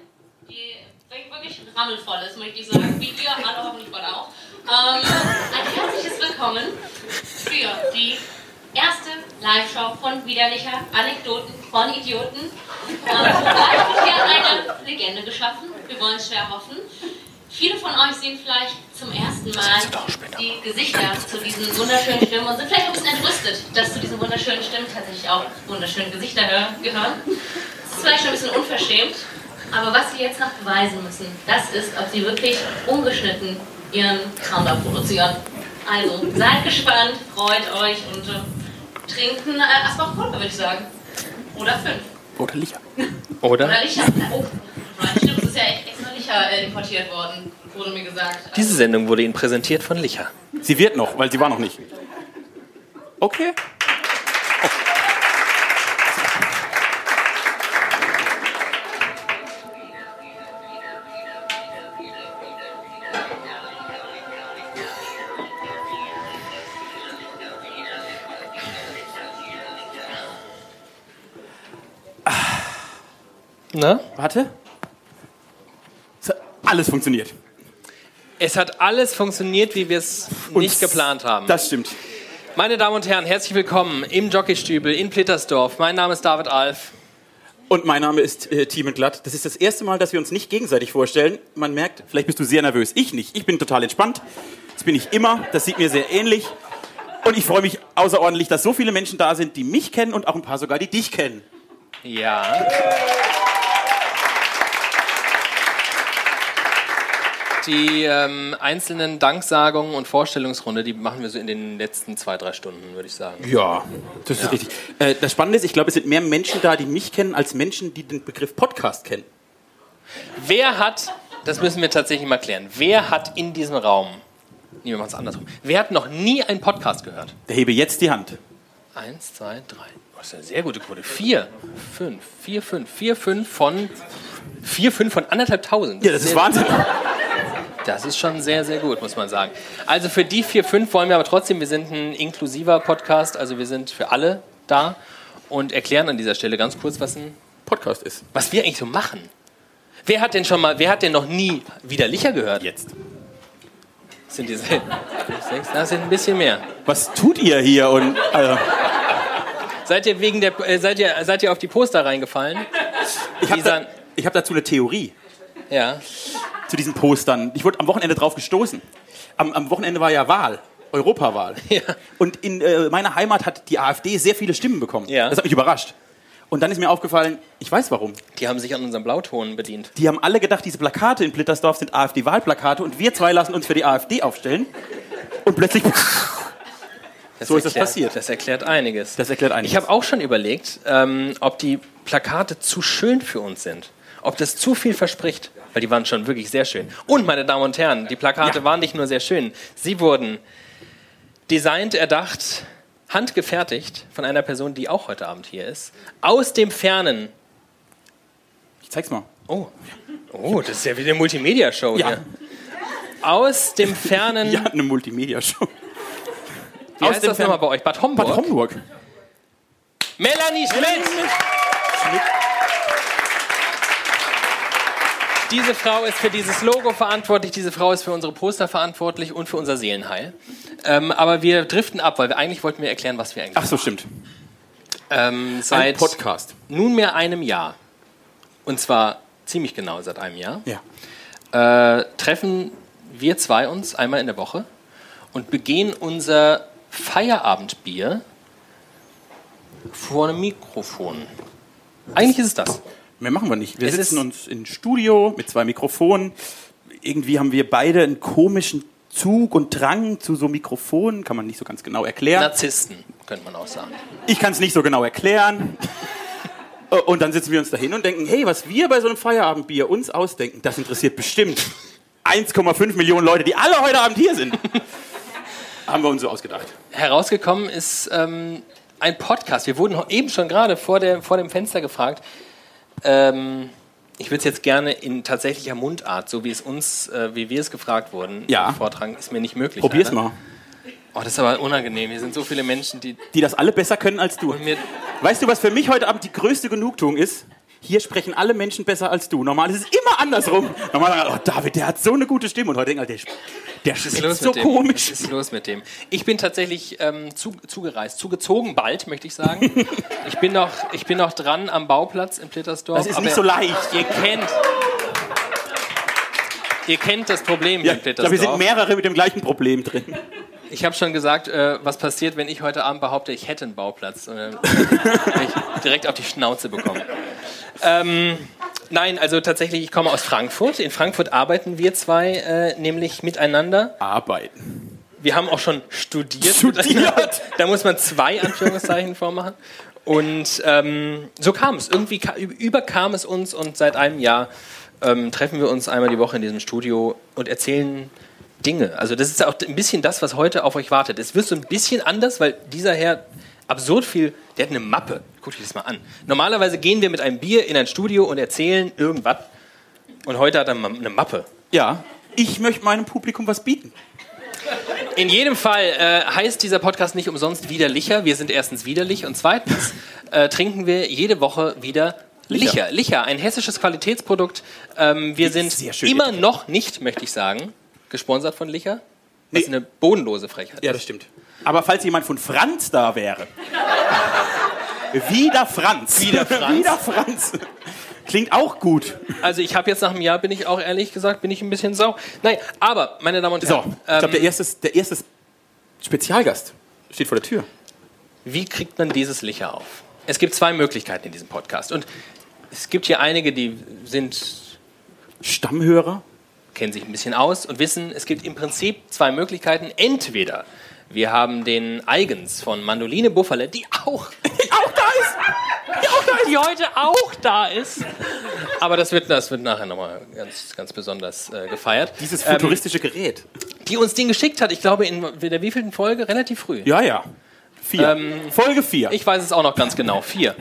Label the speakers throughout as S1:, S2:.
S1: Ähm, Dankeschön für die erste Live-Show von widerlicher Anekdoten von Idioten. Und wir haben eine Legende geschaffen. Wir wollen es schwer hoffen. Viele von euch sehen vielleicht zum ersten Mal die Gesichter zu diesen wunderschönen Stimmen und sind vielleicht ein bisschen entrüstet, dass zu diesen wunderschönen Stimmen tatsächlich auch wunderschöne Gesichter hör- gehören. Das ist vielleicht schon ein bisschen unverschämt, aber was sie jetzt noch beweisen müssen, das ist, ob sie wirklich ungeschnitten ihren Countdown produzieren. Also seid gespannt, freut euch und äh, trinken äh, Asbach Cola, würde ich sagen. Oder fünf.
S2: Oder Licher.
S1: Oder
S2: Oder?
S1: Licher. Oh, right. stimmt, das ist ja echt extra Licher äh, importiert worden, wurde mir gesagt.
S2: Diese Sendung wurde Ihnen präsentiert von Licher.
S3: Sie wird noch, weil sie war noch nicht.
S2: Okay. Na?
S3: Warte. Es hat alles funktioniert.
S2: Es hat alles funktioniert, wie wir es nicht
S3: Und
S2: geplant haben.
S3: Das stimmt.
S2: Meine Damen und Herren, herzlich willkommen im Jockeystübel in Plittersdorf. Mein Name ist David Alf.
S3: Und mein Name ist äh, Team Glatt. Das ist das erste Mal, dass wir uns nicht gegenseitig vorstellen. Man merkt, vielleicht bist du sehr nervös. Ich nicht. Ich bin total entspannt. Das bin ich immer. Das sieht mir sehr ähnlich. Und ich freue mich außerordentlich, dass so viele Menschen da sind, die mich kennen und auch ein paar sogar, die dich kennen.
S2: Ja. Die ähm, einzelnen Danksagungen und Vorstellungsrunde, die machen wir so in den letzten zwei, drei Stunden, würde ich sagen.
S3: Ja, das ist richtig. Äh, das Spannende ist, ich glaube, es sind mehr Menschen da, die mich kennen, als Menschen, die den Begriff Podcast kennen.
S2: Wer hat, das müssen wir tatsächlich mal klären, wer hat in diesem Raum, nee, wir machen es andersrum, um, wer hat noch nie einen Podcast gehört?
S3: Der hebe jetzt die Hand.
S2: Eins, zwei, drei. Oh, Das ist eine sehr gute Quote. Vier, fünf, vier, fünf, vier, fünf von vier, fünf von anderthalb tausend.
S3: Ja, das ist
S2: sehr,
S3: Wahnsinn.
S2: Das ist schon sehr, sehr gut, muss man sagen. Also für die vier, fünf wollen wir aber trotzdem, wir sind ein inklusiver Podcast, also wir sind für alle da und erklären an dieser Stelle ganz kurz, was, ein,
S3: Podcast ist.
S2: was wir eigentlich so machen. Wer hat denn schon mal, wer hat denn noch nie widerlicher gehört?
S3: Jetzt.
S2: Das sind diese sechs, das sind ein bisschen mehr.
S3: Was tut ihr hier? Und, also,
S2: Seid ihr wegen der, äh, seid ihr, seid ihr auf die Poster reingefallen?
S3: ich habe da,
S2: Dieser-
S3: ich hab dazu eine Theorie.
S2: Ja.
S3: zu diesen Postern. Ich wurde am Wochenende drauf gestoßen. Am, am Wochenende war ja Wahl, Europawahl.
S2: Ja.
S3: Und in äh, meiner Heimat hat die AfD sehr viele Stimmen bekommen.
S2: Ja.
S3: Das hat mich überrascht. Und dann ist mir aufgefallen, ich weiß warum.
S2: Die haben sich an unserem Blauton bedient.
S3: Die haben alle gedacht, diese Plakate in Blittersdorf sind AfD-Wahlplakate und wir zwei lassen uns für die AfD aufstellen. Und plötzlich,
S2: Das
S3: So ist das
S2: erklärt,
S3: passiert.
S2: Das erklärt einiges.
S3: Das erklärt einiges.
S2: Ich habe auch schon überlegt, ähm, ob die Plakate zu schön für uns sind. Ob das zu viel verspricht. Weil die waren schon wirklich sehr schön. Und, meine Damen und Herren, die Plakate
S3: Ja.
S2: waren nicht nur sehr schön. Sie wurden designt, erdacht, handgefertigt von einer Person, die auch heute Abend hier ist. Aus dem fernen.
S3: ich zeig's mal.
S2: Oh, oh das ist ja wie eine Multimedia-Show
S3: Ja.
S2: hier. Aus dem fernen.
S3: Ja, eine Multimedia-Show.
S2: wie
S3: aus
S2: heißt
S3: dem
S2: das nochmal
S3: fernen-
S2: bei euch? Bad Homburg.
S3: Bad Homburg.
S2: Melanie Schmidt! Diese Frau ist für dieses Logo verantwortlich, diese Frau ist für unsere Poster verantwortlich und für unser Seelenheil. Ähm, aber wir driften ab, weil wir eigentlich wollten wir erklären, was wir eigentlich
S3: Ach so, stimmt.
S2: ähm,
S3: Ein
S2: seit
S3: Podcast.
S2: nunmehr einem Jahr, und zwar ziemlich genau seit einem Jahr,
S3: Ja.
S2: äh, treffen wir zwei uns einmal in der Woche und begehen unser Feierabendbier vor einem Mikrofon. Eigentlich ist es das.
S3: Mehr machen wir nicht. Wir
S2: Es
S3: sitzen
S2: ist-
S3: uns im Studio mit zwei Mikrofonen. Irgendwie haben wir beide einen komischen Zug und Drang zu so Mikrofonen. Kann man nicht so ganz genau erklären.
S2: Narzissten, könnte man auch sagen.
S3: Ich kann es nicht so genau erklären. Äh, Und dann sitzen wir uns dahin und denken, hey, was wir bei so einem Feierabendbier uns ausdenken, das interessiert bestimmt 1,5 Millionen Leute, die alle heute Abend hier sind. haben wir uns so ausgedacht.
S2: Herausgekommen ist ähm, ein Podcast. Wir wurden ho- eben schon gerade vor, der- vor dem Fenster gefragt. Ähm, ich würde es jetzt gerne in tatsächlicher Mundart, so wie es uns, äh, wie wir es gefragt wurden,
S3: Ja.
S2: vortragen, ist mir nicht möglich.
S3: Probier's
S2: leider.
S3: mal.
S2: Oh, das ist aber unangenehm. Hier sind so viele Menschen, die
S3: Die das alle besser können als du.
S2: mir.
S3: Weißt du, was für mich heute Abend die größte Genugtuung ist? hier sprechen alle Menschen besser als du. Normal ist es immer andersrum. Normal, sagen alle, oh, David, der hat so eine gute Stimme. Und heute denken alle, der, der
S2: Was
S3: ist
S2: ist los
S3: so
S2: mit dem?
S3: komisch.
S2: Was ist los mit dem? Ich bin tatsächlich ähm, zu, zugereist, zugezogen bald, möchte ich sagen. ich, bin noch, ich bin noch dran am Bauplatz in Plittersdorf.
S3: Das ist
S2: aber
S3: nicht so leicht.
S2: Ihr kennt. Ihr kennt das Problem
S3: Ja,
S2: in
S3: ich
S2: Plittersdorf.
S3: glaube, wir sind mehrere mit dem gleichen Problem drin.
S2: Ich habe schon gesagt, äh, was passiert, wenn ich heute Abend behaupte, ich hätte einen Bauplatz. Und dann hab ich direkt auf die Schnauze bekommen. Ähm, nein, also tatsächlich, ich komme aus Frankfurt. In Frankfurt arbeiten wir zwei äh, nämlich miteinander.
S3: Arbeiten.
S2: Wir haben auch schon studiert.
S3: Studiert!
S2: da muss man zwei Anführungszeichen vormachen. Und ähm, so kam es. Irgendwie ka überkam es uns und seit einem Jahr ähm, treffen wir uns einmal die Woche in diesem Studio und erzählen Dinge. Also das ist auch ein bisschen das, was heute auf euch wartet. Es wird so ein bisschen anders, weil dieser Herr absurd viel, der hat eine Mappe. Guck dir das mal an. Normalerweise gehen wir mit einem Bier in ein Studio und erzählen irgendwas. Und heute hat er ma- eine Mappe.
S3: Ja, ich möchte meinem Publikum was bieten.
S2: In jedem Fall äh, heißt dieser Podcast nicht umsonst widerlicher. Wir sind erstens widerlich und zweitens äh, trinken wir jede Woche wieder Licher.
S3: Licher.
S2: Licher, ein hessisches Qualitätsprodukt. Ähm, wir sind
S3: sehr schön
S2: immer
S3: etikett.
S2: noch nicht, möchte ich sagen, gesponsert von Licher. Das
S3: Nee.
S2: ist eine bodenlose Frechheit.
S3: Ja, das stimmt. Aber falls jemand von Franz da wäre. Wieder Franz.
S2: Wieder Franz.
S3: Wieder Franz. Klingt auch gut.
S2: Also ich habe jetzt nach einem Jahr, bin ich auch ehrlich gesagt, bin ich ein bisschen sau. Nein, aber, meine Damen und
S3: So,
S2: Herren,
S3: ich glaube, der
S2: ähm,
S3: erste, der erste Spezialgast steht vor der Tür.
S2: wie kriegt man dieses Licher auf? Es gibt zwei Möglichkeiten in diesem Podcast. Und es gibt hier einige, die sind
S3: Stammhörer?
S2: kennen sich ein bisschen aus und wissen, es gibt im Prinzip zwei Möglichkeiten. Entweder wir haben den Eigens von Mandoline Buffale, die auch, die auch da ist, die, auch da ist. die heute auch da ist. Aber das wird, das wird nachher nochmal ganz, ganz besonders äh, gefeiert.
S3: Dieses
S2: Ähm,
S3: futuristische Gerät.
S2: die uns den geschickt hat, ich glaube, in der wievielten Folge? Relativ früh.
S3: Ja, ja. Vier. Folge 4.
S2: Ich weiß es auch noch ganz genau. Vier.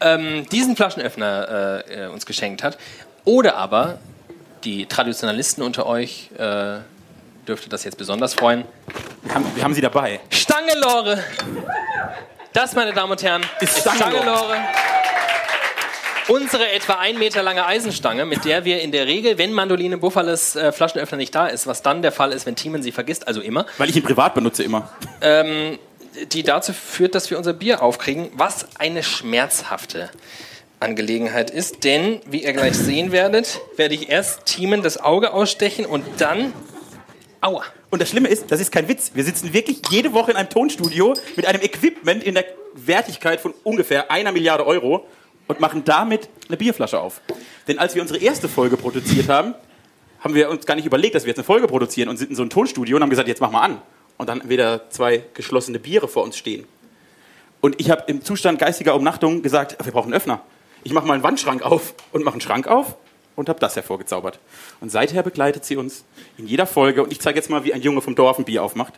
S2: Ähm, diesen Flaschenöffner äh, äh, uns geschenkt hat. Oder aber, die Traditionalisten unter euch äh, dürfte das jetzt besonders freuen.
S3: Wir haben, wir haben sie dabei.
S2: Stangelore! Das, meine Damen und Herren,
S3: Ist
S2: ist
S3: Stangelore.
S2: Stangelore. Unsere etwa ein Meter lange Eisenstange, mit der wir in der Regel, wenn Mandoline Buffales äh, Flaschenöffner nicht da ist, was dann der Fall ist, wenn Thiemann sie vergisst, also immer,
S3: Weil ich ihn privat benutze immer.
S2: die dazu führt, dass wir unser Bier aufkriegen, was eine schmerzhafte Angelegenheit ist. Denn, wie ihr gleich sehen werdet, werde ich erst Thiemen das Auge ausstechen und dann. Aua!
S3: Und das Schlimme ist, das ist kein Witz. Wir sitzen wirklich jede Woche in einem Tonstudio mit einem Equipment in der Wertigkeit von ungefähr einer Milliarde Euro und machen damit eine Bierflasche auf. Denn als wir unsere erste Folge produziert haben, haben wir uns gar nicht überlegt, dass wir jetzt eine Folge produzieren und sind in so einem Tonstudio und haben gesagt, jetzt mach mal an. Und dann wieder zwei geschlossene Biere vor uns stehen. Und ich habe im Zustand geistiger Umnachtung gesagt, wir brauchen einen Öffner. Ich mache mal einen Wandschrank auf und mache einen Schrank auf und habe das hervorgezaubert. Und seither begleitet sie uns in jeder Folge. Und ich zeige jetzt mal, wie ein Junge vom Dorf ein Bier aufmacht.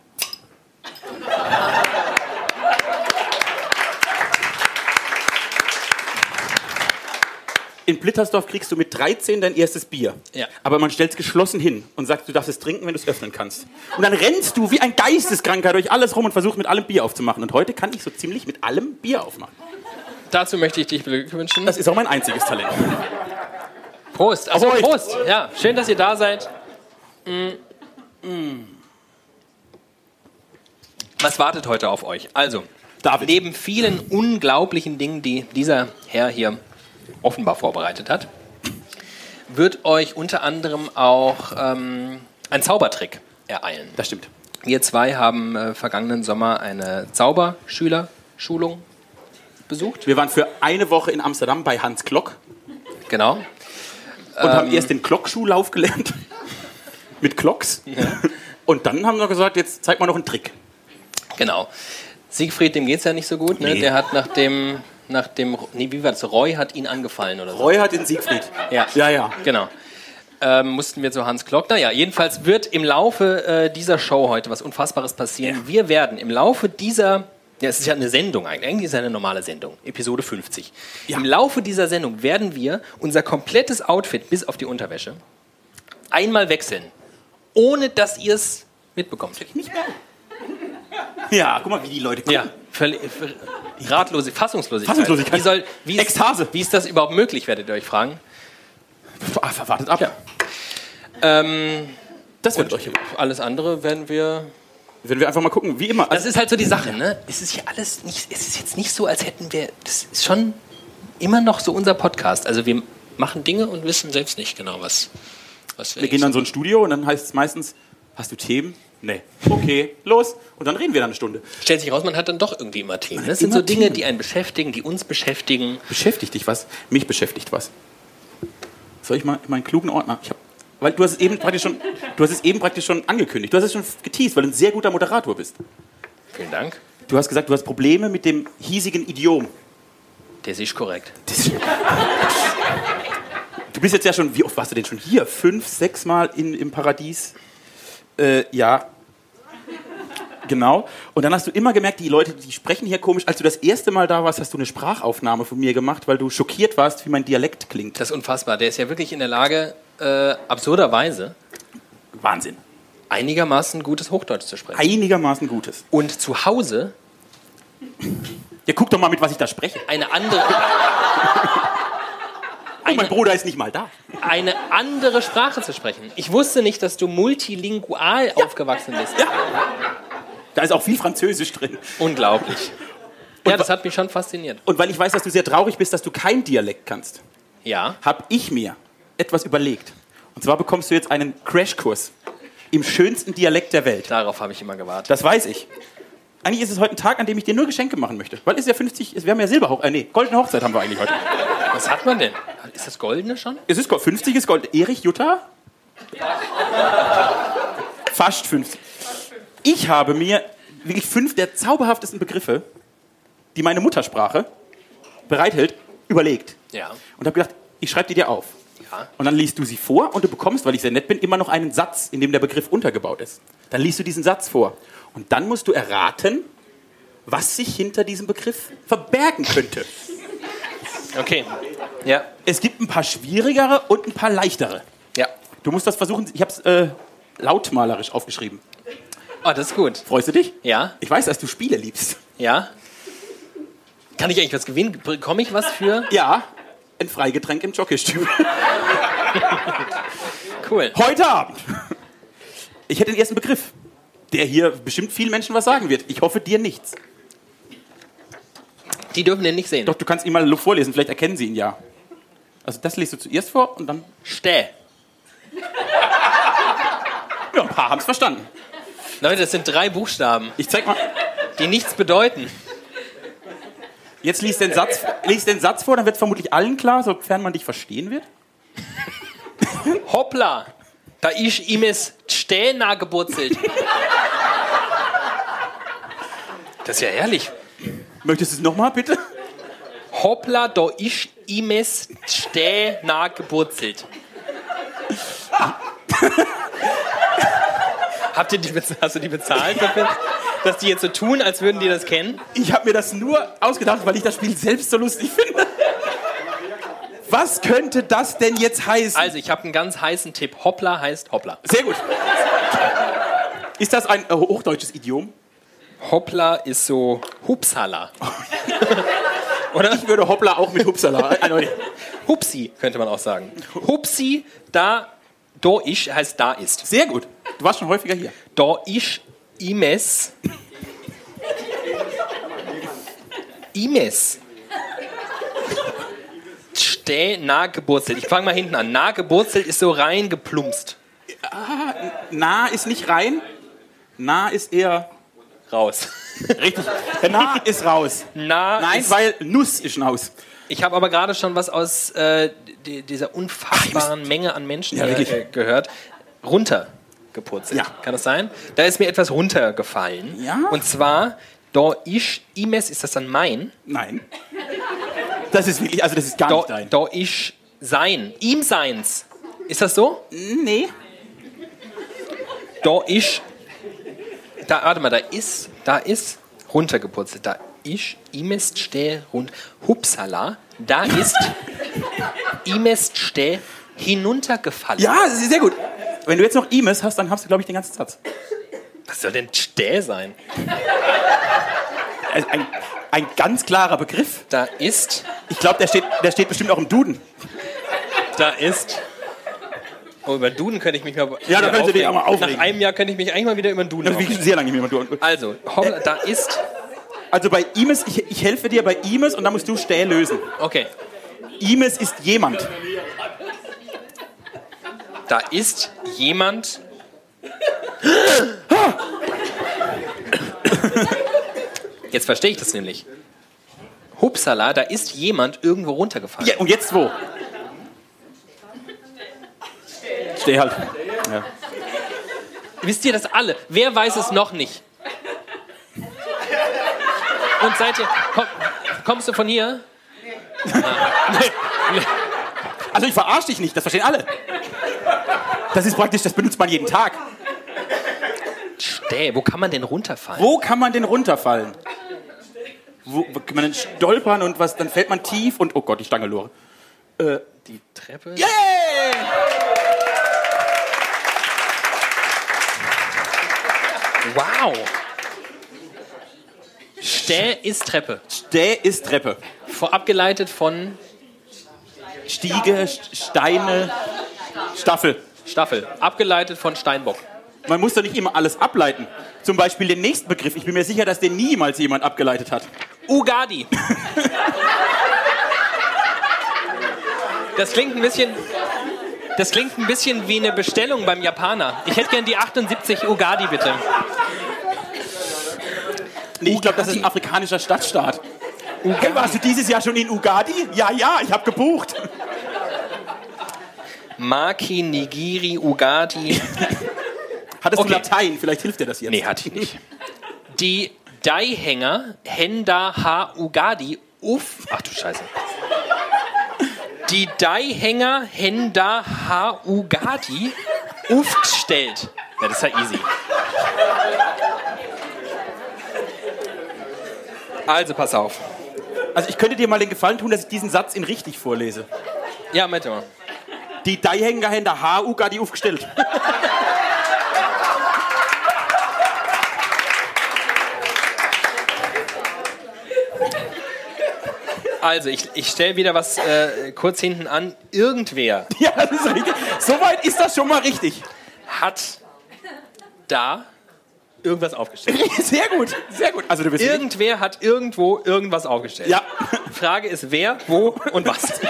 S3: In Blittersdorf kriegst du mit 13 dein erstes Bier.
S2: Ja.
S3: Aber man stellt es geschlossen hin und sagt, du darfst es trinken, wenn du es öffnen kannst. Und dann rennst du wie ein Geisteskranker durch alles rum und versuchst mit allem Bier aufzumachen. Und heute kann ich so ziemlich mit allem Bier aufmachen.
S2: Dazu möchte ich dich beglückwünschen.
S3: Das ist auch mein einziges Talent.
S2: Prost! Also
S3: Ahoi.
S2: Prost! Ja, schön, dass ihr da seid. Mm. Mm. Was wartet heute auf euch? Also,
S3: David.
S2: neben vielen unglaublichen Dingen, die dieser Herr hier offenbar vorbereitet hat, wird euch unter anderem auch ähm, ein Zaubertrick ereilen.
S3: Das stimmt.
S2: Wir zwei haben äh, vergangenen Sommer eine Zauberschülerschulung besucht.
S3: Wir waren für eine Woche in Amsterdam bei Hans Klock
S2: Genau.
S3: und haben erst den Glockschuhlauf gelernt. Mit Glocks. Und dann haben wir gesagt, jetzt zeig mal noch einen Trick.
S2: Genau. Siegfried, dem geht's ja nicht so gut. Ne?
S3: Nee.
S2: Der hat nach dem, nach dem, nee, wie war das? Roy hat ihn angefallen oder so.
S3: Roy hat den Siegfried.
S2: Ja,
S3: Ja, ja.
S2: Genau. Ähm, mussten wir zu Hans Klock. Naja, jedenfalls wird im Laufe äh, dieser Show heute was Unfassbares passieren. Wir werden im Laufe dieser, ja, es ist ja eine Sendung eigentlich, eigentlich ist es ja eine normale Sendung, Episode 50.
S3: Ja.
S2: Im Laufe dieser Sendung werden wir unser komplettes Outfit bis auf die Unterwäsche einmal wechseln, ohne dass ihr es mitbekommt.
S3: Ja, guck mal, wie die Leute gucken.
S2: Ja, völlig, Ratlose, Fassungslosigkeit.
S3: Fassungslosigkeit.
S2: Wie, soll, wie, ist,
S3: Ekstase.
S2: wie ist das überhaupt möglich, werdet ihr euch fragen.
S3: Ah, wartet ab.
S2: Ja. Ähm,
S3: Das wird euch.
S2: und alles andere werden wir
S3: Wenn wir einfach mal gucken, wie immer. Also,
S2: Das ist halt so die Sache, ne? Es ist hier alles nicht, es ist jetzt nicht so, als hätten wir, das ist schon immer noch so unser Podcast. Also wir machen Dinge und wissen selbst nicht genau, was, was wir,
S3: wir gehen dann so ins Studio und dann heißt es meistens, hast du Themen? Nee. Okay, los. Und dann reden wir dann eine Stunde.
S2: Stellt sich raus, man hat dann doch irgendwie immer Themen. Das sind
S3: immer
S2: so Dinge,
S3: Themen.
S2: die einen beschäftigen, die uns beschäftigen.
S3: Beschäftigt dich was? Mich beschäftigt was. Soll ich mal in meinen klugen Ordner? Ich hab, weil du hast es eben praktisch schon, du hast es eben praktisch schon angekündigt. Du hast es schon geteased, weil du ein sehr guter Moderator bist.
S2: Vielen Dank.
S3: Du hast gesagt, du hast Probleme mit dem hiesigen Idiom.
S2: Das ist korrekt.
S3: Das, du bist jetzt ja schon, wie oft warst du denn schon hier? Fünf, sechs Mal in, im Paradies? Äh, ja. Genau. Und dann hast du immer gemerkt, die Leute, die sprechen hier komisch. Als du das erste Mal da warst, hast du eine Sprachaufnahme von mir gemacht, weil du schockiert warst, wie mein Dialekt klingt.
S2: Das ist unfassbar. Der ist ja wirklich in der Lage, äh, absurderweise
S3: Wahnsinn.
S2: einigermaßen gutes Hochdeutsch zu sprechen.
S3: Einigermaßen Gutes.
S2: Und zu Hause
S3: Ja, guck doch mal, mit was ich da spreche.
S2: eine andere,
S3: Oh, mein Bruder ist nicht mal da.
S2: eine andere Sprache zu sprechen. Ich wusste nicht, dass du multilingual aufgewachsen bist.
S3: Da ist auch viel Französisch drin.
S2: Unglaublich. Ja, das hat mich schon fasziniert.
S3: Und weil ich weiß, dass du sehr traurig bist, dass du kein Dialekt kannst.
S2: Ja.
S3: habe ich mir etwas überlegt. Und zwar bekommst du jetzt einen Crashkurs im schönsten Dialekt der Welt.
S2: Darauf habe ich immer gewartet.
S3: Das weiß ich. Eigentlich ist es heute ein Tag, an dem ich dir nur Geschenke machen möchte. Weil es ist ja 50, es- wir haben ja Silberhoch, äh, nee, goldene Hochzeit haben wir eigentlich heute.
S2: Was hat man denn? Ist das Goldene schon?
S3: Es ist Gold, 50 ist Gold. Erich Jutta? Fast 50. Ich habe mir wirklich fünf der zauberhaftesten Begriffe, die meine Muttersprache bereithält, überlegt.
S2: Ja.
S3: Und habe gedacht, ich schreibe die dir auf.
S2: Ja.
S3: Und dann liest du sie vor und du bekommst, weil ich sehr nett bin, immer noch einen Satz, in dem der Begriff untergebaut ist. Dann liest du diesen Satz vor. Und dann musst du erraten, was sich hinter diesem Begriff verbergen könnte.
S2: Okay. Ja.
S3: Es gibt ein paar schwierigere und ein paar leichtere.
S2: Ja.
S3: Du musst das versuchen. Ich habe es äh, lautmalerisch aufgeschrieben.
S2: Oh, das ist gut.
S3: Freust du dich?
S2: Ja.
S3: Ich weiß, dass du Spiele liebst.
S2: Ja. Kann ich eigentlich was gewinnen? Bekomme ich was für?
S3: Ja, ein Freigetränk im Jockeystuhl.
S2: Cool.
S3: Heute Abend. Ich hätte den ersten Begriff, der hier bestimmt vielen Menschen was sagen wird. Ich hoffe dir nichts.
S2: Die dürfen den nicht sehen.
S3: Doch, du kannst ihn mal vorlesen, vielleicht erkennen sie ihn ja. Also das liest du zuerst vor und dann...
S2: Stäh.
S3: Ja, ein paar haben es verstanden.
S2: Leute, das sind drei Buchstaben,
S3: Ich zeig mal...
S2: die nichts bedeuten.
S3: Jetzt liest den Satz, liest den Satz vor, dann wird es vermutlich allen klar, sofern man dich verstehen wird.
S2: Hoppla. Da ist ihm es Stäh nahegeburzelt. Das ist ja ehrlich.
S3: Möchtest du es nochmal, bitte?
S2: Hoppla, da ist ihm es Stäh nahegeburzelt. Habt ihr die, bez- hast du die bezahlt dafür? Dass die jetzt so tun, als würden die das kennen?
S3: Ich habe mir das nur ausgedacht, weil ich das Spiel selbst so lustig finde. Was könnte das denn jetzt heißen?
S2: Also, ich habe einen ganz heißen Tipp. Hoppla heißt Hoppla.
S3: Sehr gut. Ist das ein äh, hochdeutsches Idiom?
S2: Hoppla ist so Hupsala. Oder?
S3: Ich würde Hoppla auch mit Hupsala. eindeutig.
S2: Hupsi könnte man auch sagen. Hupsi, da, do ich heißt da ist.
S3: Sehr gut. Du warst schon häufiger hier.
S2: Da ist Imes. Imes. Stäh nahegeburzelt. Ich fange mal hinten an. Nahegeburzelt ist so rein geplumpst.
S3: Na ist nicht rein. Na ist eher.
S2: Raus.
S3: Richtig. Na ist raus.
S2: Na,
S3: Nein,
S2: ist,
S3: weil Nuss ist ein Haus.
S2: ich habe aber gerade schon was aus äh, di- dieser unfassbaren Menge an Menschen
S3: Ja,
S2: hier,
S3: wirklich.
S2: äh, gehört. Runtergepurzelt.
S3: Ja.
S2: Kann das sein? Da ist mir etwas runtergefallen.
S3: Ja.
S2: Und zwar, da ist Imes, ist das dann mein?
S3: Nein. Das ist wirklich, also das ist gar
S2: Da,
S3: nicht dein.
S2: da ich sein. Ihm seins. Ist das so?
S3: Nee.
S2: Da ich. Da, warte mal, da ist. Da ist. Runtergepurzelt. Da ich. Ihm ist steh rund. Hupsala. Da ist. ihm ist steh hinuntergefallen.
S3: Ja, das ist sehr gut. Wenn du jetzt noch Imes hast, dann hast du, glaube ich, den ganzen Satz.
S2: Was soll denn steh sein?
S3: Also ein, Ein ganz klarer Begriff.
S2: Da ist,
S3: Ich glaube, der steht, der steht bestimmt auch im Duden.
S2: da ist. Oh, über den Duden könnte ich mich mal.
S3: Ja, da
S2: wieder
S3: könntest du dich auch mal aufregen.
S2: Nach einem Jahr könnte ich mich eigentlich mal wieder über den Duden
S3: Das ist
S2: aufregen.
S3: wirklich sehr lange nicht mehr im Duden.
S2: Also, Hobbler, da ist.
S3: Also bei Imes, ich, ich helfe dir bei Imes und dann musst du Stäh lösen.
S2: Okay.
S3: Imes ist jemand.
S2: Da ist jemand. Jetzt verstehe ich das nämlich. Hupsala, da ist jemand irgendwo runtergefallen.
S3: Ja, und jetzt wo? Steh halt. Ja.
S2: Wisst ihr das alle? Wer weiß es noch nicht? Und seid ihr. Komm, kommst du von hier?
S3: Also ich verarsche dich nicht, das verstehen alle. Das ist praktisch, das benutzt man jeden Tag.
S2: Stäh, wo kann man denn runterfallen?
S3: Wo kann man denn runterfallen? Wo, wo kann man denn stolpern und was? Dann fällt man tief und oh Gott, die Stange lore. Äh,
S2: Die Treppe?
S3: Yay!
S2: Wow! Stäh ist Treppe.
S3: Steh ist Treppe.
S2: Vor, abgeleitet von
S3: Stiege, St- Steine, Staffel.
S2: Staffel. Abgeleitet von Steinbock.
S3: Man muss doch nicht immer alles ableiten. Zum Beispiel den nächsten Begriff. Ich bin mir sicher, dass den niemals jemand abgeleitet hat.
S2: Ugadi. Das klingt ein bisschen. Das klingt ein bisschen wie eine Bestellung beim Japaner. Ich hätte gern die 78 Ugadi bitte.
S3: Nee, ich glaube, das ist ein afrikanischer Stadtstaat. Hey, warst du dieses Jahr schon in Ugadi? Ja, ja, ich habe gebucht.
S2: Maki, Nigiri, Ugadi.
S3: Hattest
S2: Okay.
S3: du Latein? Vielleicht hilft dir das jetzt.
S2: Nee, hatte ich nicht. Die Daihänger, Henda Ha Ugadi, Uff. Ach du Scheiße. Die Daihänger, Henda Ha Ugadi, Uft stellt. Ja, das ist ja easy. Also, pass auf.
S3: Also ich könnte dir mal den Gefallen tun, dass ich diesen Satz in richtig vorlese.
S2: Ja, Moment mal.
S3: Die Daihänger haben der H Ugadi aufgestellt.
S2: Also, ich, ich stelle wieder was äh, kurz hinten an. Irgendwer
S3: ja, das ist richtig. Soweit ist das schon mal richtig.
S2: hat da irgendwas aufgestellt.
S3: Sehr gut, sehr gut. Also du bist
S2: Irgendwer hat irgendwo irgendwas aufgestellt.
S3: ja,
S2: Frage ist, wer, wo und was.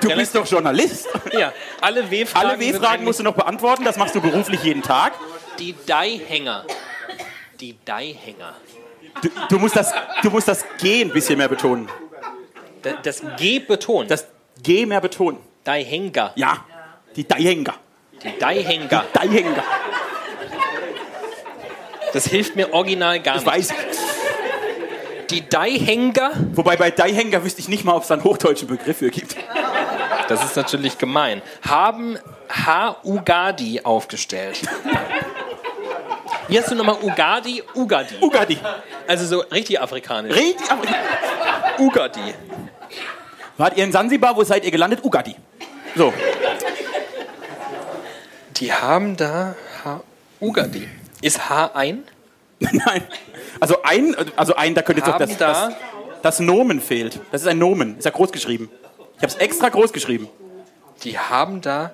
S3: du bist doch Journalist.
S2: ja, alle W-Fragen.
S3: Alle W-Fragen musst du noch beantworten. Das machst du beruflich jeden Tag.
S2: Die Deihänger. Die Deihänger.
S3: Du, du musst das, du musst das G ein bisschen mehr betonen.
S2: Da- Das G betont. Das
S3: Das G mehr betonen.
S2: Deihänger.
S3: Ja. Die Daihänger.
S2: Die Deihänger.
S3: Daihänger.
S2: Das hilft mir original gar
S3: Das
S2: nicht.
S3: weiß ich.
S2: Die Deihänger.
S3: Wobei bei Daihänger wüsste ich nicht mal, ob es da einen hochdeutschen Begriff für gibt.
S2: Das ist natürlich gemein. Haben H. Ugadi aufgestellt. Hier hast du nochmal Ugadi, Ugadi.
S3: Ugadi.
S2: Also so richtig afrikanisch.
S3: Richtig. aber-
S2: Ugadi.
S3: Wart ihr in Sansibar? Wo seid ihr gelandet? Ugadi. So.
S2: Die haben da H. Ugadi. Ist H ein?
S3: Nein. Also ein, also ein, da könnte jetzt auch
S2: Haben
S3: das,
S2: da-
S3: das, das Nomen fehlt. Das ist ein Nomen. Ist ja groß geschrieben. Ich habe es extra groß geschrieben.
S2: Die haben da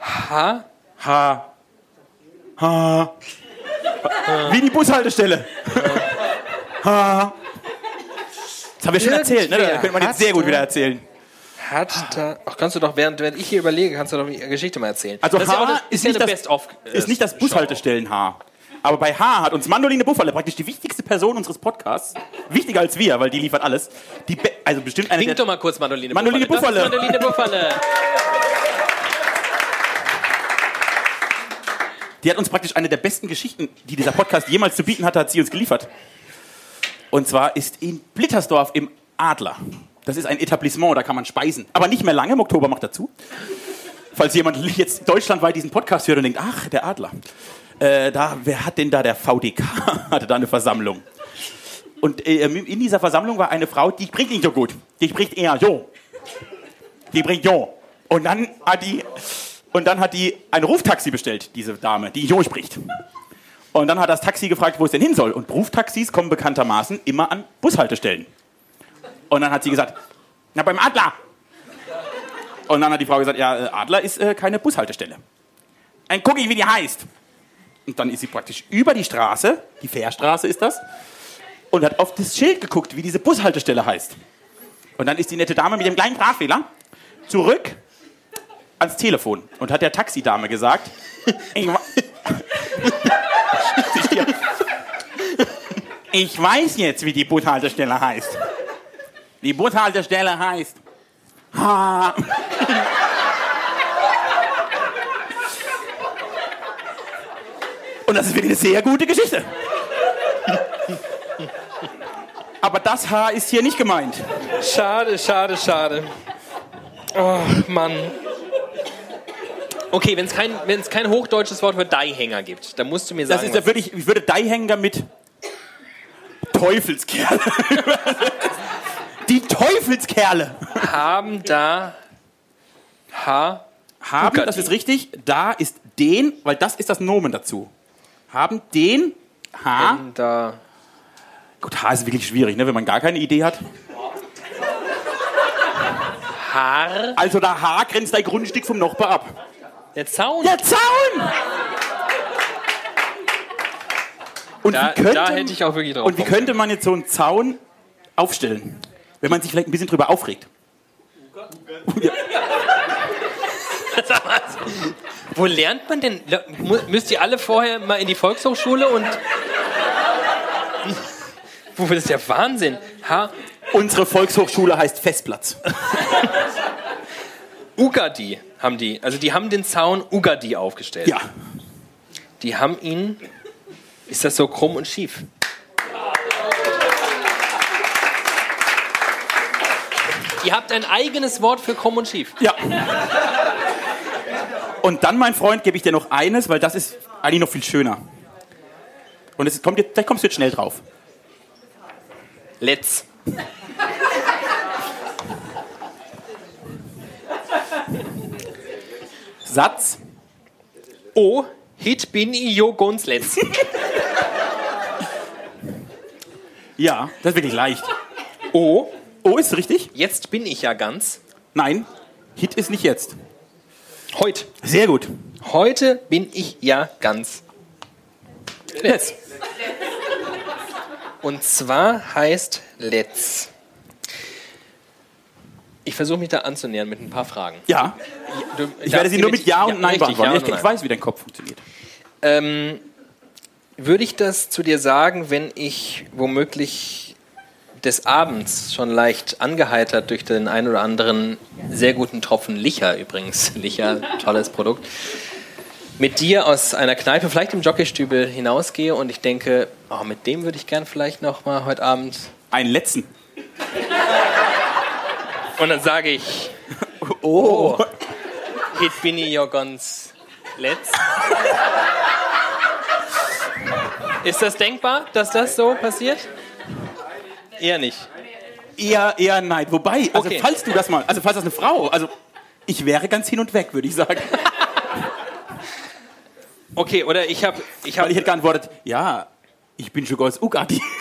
S2: H.
S3: Ha. Ha. Wie die Bushaltestelle. Ha. Das haben wir schon erzählt, ne? Da
S2: Irgendwer
S3: könnte man
S2: hat
S3: jetzt sehr gut
S2: so-
S3: wieder erzählen.
S2: Hat da. Ach, kannst du doch, während, während ich hier überlege, kannst du doch die Geschichte mal erzählen.
S3: Ah. Also
S2: das
S3: H
S2: ist ja, auch eine- ist ja
S3: nicht
S2: eine
S3: das,
S2: Best-of. äh,
S3: ist nicht das Bushaltestellen-H. Aber bei H hat uns Mandoline Buffalle, praktisch die wichtigste Person unseres Podcasts, wichtiger als wir, weil die liefert alles, die be also bestimmt eine
S2: Sing doch
S3: der
S2: mal kurz Mandoline
S3: Mandoline
S2: Buffalle. Das ist
S3: Buffalle.
S2: Mandoline Buffalle.
S3: Die hat uns praktisch eine der besten Geschichten, die dieser Podcast jemals zu bieten hatte, hat sie uns geliefert. Und zwar ist in Blittersdorf im Adler. Das ist ein Etablissement, da kann man speisen. Aber nicht mehr lange, im Oktober macht dazu. Falls jemand jetzt deutschlandweit diesen Podcast hört und denkt, ach, der Adler. Äh, da, wer hat denn da, der VDK hatte da eine Versammlung. Und äh, in dieser Versammlung war eine Frau, die bringt nicht so gut. Die bringt eher so. Die bringt Jo. Und dann hat die, und dann hat die ein Ruftaxi bestellt, diese Dame, die Jo spricht. Und dann hat das Taxi gefragt, wo es denn hin soll. Und Berufstaxis kommen bekanntermaßen immer an Bushaltestellen. Und dann hat sie gesagt, na beim Adler. Und dann hat die Frau gesagt, ja, äh, Adler ist äh, keine Bushaltestelle. Dann gucke ich, wie die heißt. Und dann ist sie praktisch über die Straße, die Fährstraße ist das, und hat auf das Schild geguckt, wie diese Bushaltestelle heißt. Und dann ist die nette Dame mit dem kleinen Sprachfehler zurück ans Telefon und hat der Taxidame gesagt, ich, wa- ich weiß jetzt, wie die Bushaltestelle heißt. Die Bushaltestelle heißt. Ha. Und das ist wirklich eine sehr gute Geschichte. Aber das Haar ist hier nicht gemeint.
S2: Schade, schade, schade. Oh, Mann. Okay, wenn es kein, wenn's kein hochdeutsches Wort für Deihänger gibt, dann musst du mir
S3: Das
S2: sagen.
S3: ist ja
S2: was-
S3: wirklich, ich würde Deihänger mit Teufelskerle. Die Teufelskerle
S2: haben da H.
S3: haben,
S2: Bugatti.
S3: das ist richtig, da ist den, weil das ist das Nomen dazu. Haben den H.
S2: Da.
S3: Gut, H ist wirklich schwierig, ne, wenn man gar keine Idee hat.
S2: Haar.
S3: Also da H grenzt dein Grundstück vom Nachbar ab.
S2: Der Zaun.
S3: Der Zaun! Und
S2: Da,
S3: wie könnte,
S2: da hätte ich auch wirklich drauf.
S3: und wie
S2: kommen
S3: könnte man jetzt so einen Zaun aufstellen, wenn man sich vielleicht ein bisschen drüber aufregt?
S2: können. Sag mal, Wo lernt man denn? Le- mu- Müsst ihr alle vorher mal in die Volkshochschule und. Wo das ist ja Wahnsinn. H.
S3: Unsere Volkshochschule heißt Festplatz.
S2: Ugadi haben die. Also die haben den Zaun Ugadi aufgestellt.
S3: Ja.
S2: Die haben ihn. Ist das so krumm und schief? Ihr habt ein eigenes Wort für krumm und schief.
S3: Ja. Und dann, mein Freund, gebe ich dir noch eines, weil das ist eigentlich noch viel schöner. Und es kommt jetzt, vielleicht kommst du jetzt schnell drauf.
S2: Let's.
S3: Satz.
S2: Oh, hit bin i jo gons let's.
S3: Ja, das ist wirklich leicht.
S2: Oh,
S3: Oh, ist richtig?
S2: jetzt bin ich ja ganz.
S3: Nein. Hit ist nicht jetzt.
S2: Heut.
S3: Sehr gut.
S2: Heute bin ich ja ganz.
S3: Let's.
S2: Und zwar heißt let's. Ich versuche mich da anzunähern mit ein paar Fragen.
S3: Ja.
S2: Du-
S3: Ich werde sie nur mit Ja und Nein
S2: richtig,
S3: beantworten.
S2: Ja
S3: ich,
S2: und
S3: ich
S2: Nein.
S3: weiß, wie dein Kopf funktioniert.
S2: Ähm, würde ich das zu dir sagen, wenn ich womöglich des Abends schon leicht angeheitert durch den ein oder anderen sehr guten Tropfen Licher übrigens, Licher, tolles Produkt, mit dir aus einer Kneipe, vielleicht im Jockeystübel hinausgehe und ich denke, oh, mit dem würde ich gern vielleicht noch mal heute Abend.
S3: Einen letzten.
S2: Und dann sage ich,
S3: Oh.
S2: hit bin ich ja ganz letzt. Ist das denkbar, dass das so passiert? Eher nicht.
S3: Eher, eher nein. Wobei, also
S2: Okay.
S3: falls du das mal, also falls das eine Frau, also ich wäre ganz hin und weg, würde ich sagen.
S2: Okay, oder ich habe ich hab,
S3: Weil ich hätte geantwortet, ja, ich bin schon ganz Ugadi.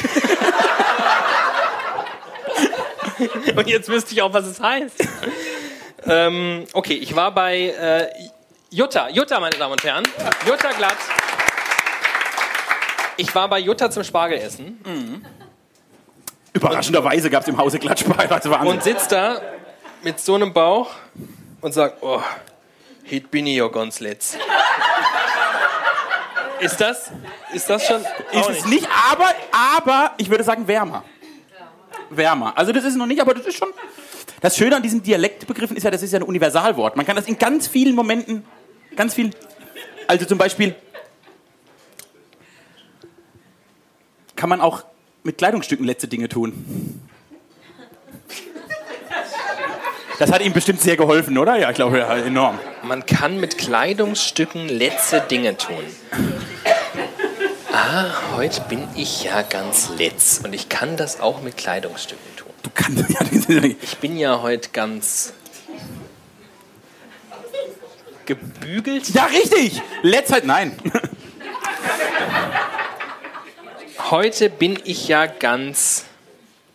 S2: und jetzt wüsste ich auch, was es heißt. ähm, okay, ich war bei äh, Jutta. Jutta, meine Damen und Herren. Jutta Glatt. Ich war bei Jutta zum Spargelessen.
S3: Überraschenderweise gab es im Hause Klatschbeirat. Das war Wahnsinn.
S2: und sitzt da mit so einem Bauch und sagt, oh, hit bin ich ja ganz letz. Ist das, ist das schon?
S3: ist
S2: Auch
S3: es nicht, aber, aber ich würde sagen wärmer. Wärmer. Also das ist noch nicht, aber das ist schon. Das Schöne an diesen Dialektbegriffen ist ja, das ist ja ein Universalwort. Man kann das in ganz vielen Momenten, ganz viel. Also zum Beispiel kann man auch mit Kleidungsstücken letzte Dinge tun. Das hat ihm bestimmt sehr geholfen, oder? Ja, ich glaube, ja, enorm.
S2: Man kann mit Kleidungsstücken letzte Dinge tun. Ah, heute bin ich ja ganz letz und ich kann das auch mit Kleidungsstücken tun.
S3: Du kannst ja diese-
S2: Ich bin ja heute ganz gebügelt.
S3: halt, Ja, richtig! Letzte, nein.
S2: Heute bin ich ja ganz.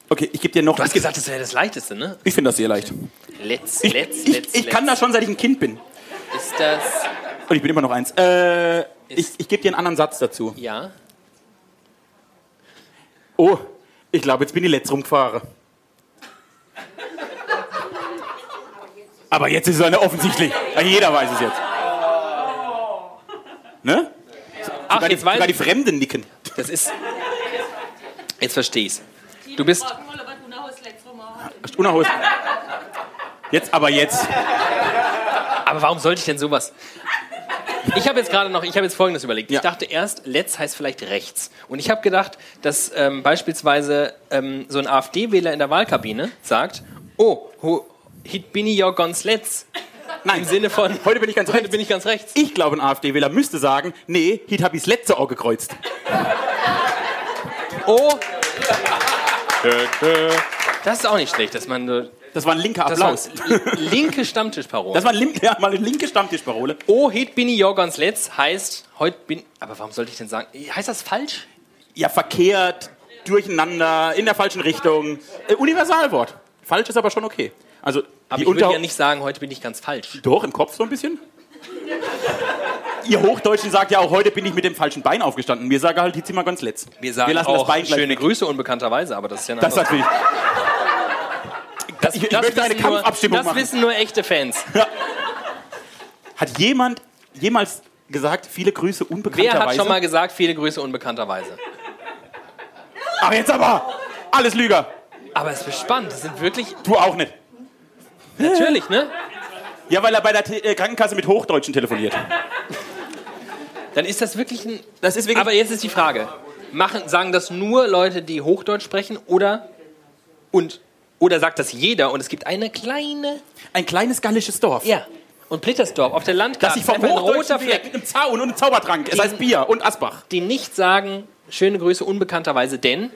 S3: Okay, ich gebe dir noch.
S2: Du hast gesagt, das wäre das Leichteste, ne?
S3: ich finde das sehr leicht.
S2: Let's,
S3: Ich,
S2: let's,
S3: ich,
S2: let's.
S3: ich kann das schon, seit ich ein Kind bin.
S2: schon. Ist das.
S3: Und ich bin immer noch eins. Äh, ich ich gebe dir einen anderen Satz dazu.
S2: Ja.
S3: Oh, ich glaube, jetzt bin ich letzt rumgefahren. Aber jetzt ist es eine offensichtlich. Jeder weiß es jetzt. Ne?
S2: Ach,
S3: Sogar die,
S2: jetzt weiß
S3: sogar die Fremden nicken.
S2: Das ist. Jetzt verstehe ich's. Du bist.
S3: Hast du noch was? Jetzt, aber jetzt.
S2: Aber warum sollte ich denn sowas? Ich habe jetzt gerade noch, ich habe jetzt Folgendes überlegt.
S3: Ja.
S2: Ich dachte erst, letzt heißt vielleicht rechts. Und ich habe gedacht, dass ähm, beispielsweise ähm, so ein AfD-Wähler in der Wahlkabine sagt, oh, ho, hit bin ich ja ganz letzt.
S3: Nein,
S2: Im Sinne von,
S3: heute bin ich ganz
S2: heute
S3: recht.
S2: bin ich ganz rechts.
S3: Ich glaube, ein AfD-Wähler müsste sagen, nee, hier habe ich das letzte Ohr gekreuzt.
S2: Oh. Das ist auch nicht schlecht, dass man so-
S3: Das war ein linker
S2: das war
S3: Applaus.
S2: linke Stammtischparole.
S3: Das war ein lim ja, mal eine linke Stammtischparole.
S2: oh, hit bin ich ja ganz letzt heißt, heute bin. Aber warum sollte ich denn sagen? Heißt das falsch?
S3: Ja, verkehrt, durcheinander, in der falschen Richtung. Äh, Universalwort. Falsch ist aber schon okay. Also,
S2: Aber
S3: die
S2: ich würde
S3: Unter-
S2: ja nicht sagen, heute bin ich ganz falsch.
S3: Doch, im Kopf so ein bisschen. Ihr Hochdeutschen sagt ja auch, heute bin ich mit dem falschen Bein aufgestanden. Wir sagen halt, jetzt sind wir ganz letzt.
S2: Wir sagen
S3: lassen das
S2: auch
S3: Bein gleich.
S2: schöne Grüße unbekannterweise, aber das ist ja ein
S3: Das
S2: anderes-
S3: natürlich.
S2: das,
S3: ich- ich möchte eine
S2: wissen nur-
S3: Kampfabstimmung
S2: Das
S3: machen.
S2: wissen nur echte Fans.
S3: Hat jemand jemals gesagt, viele Grüße
S2: Wer
S3: unbekannterweise?
S2: hat schon mal gesagt, viele Grüße unbekannterweise?
S3: Ach, jetzt aber! Alles Lüger!
S2: Aber es ist spannend, das sind wirklich,
S3: Du auch nicht.
S2: natürlich, ne?
S3: Ja, weil er bei der Te äh, Krankenkasse mit Hochdeutschen telefoniert.
S2: Dann ist das wirklich ein...
S3: Das ist wirklich-
S2: Aber jetzt ist die Frage, machen, sagen das nur Leute, die Hochdeutsch sprechen oder, und, oder sagt das jeder und es gibt eine kleine...
S3: Ein kleines gallisches Dorf.
S2: Ja. Und Plittersdorf auf der
S3: Das
S2: Landkarte
S3: sich
S2: ist
S3: vom
S2: einfach ein roter
S3: Hochdeutschen wehrt
S2: Fleck,
S3: mit einem Zaun und einem Zaubertrank. Es heißt Bier und Asbach.
S2: die nicht sagen, schöne Grüße unbekannterweise, denn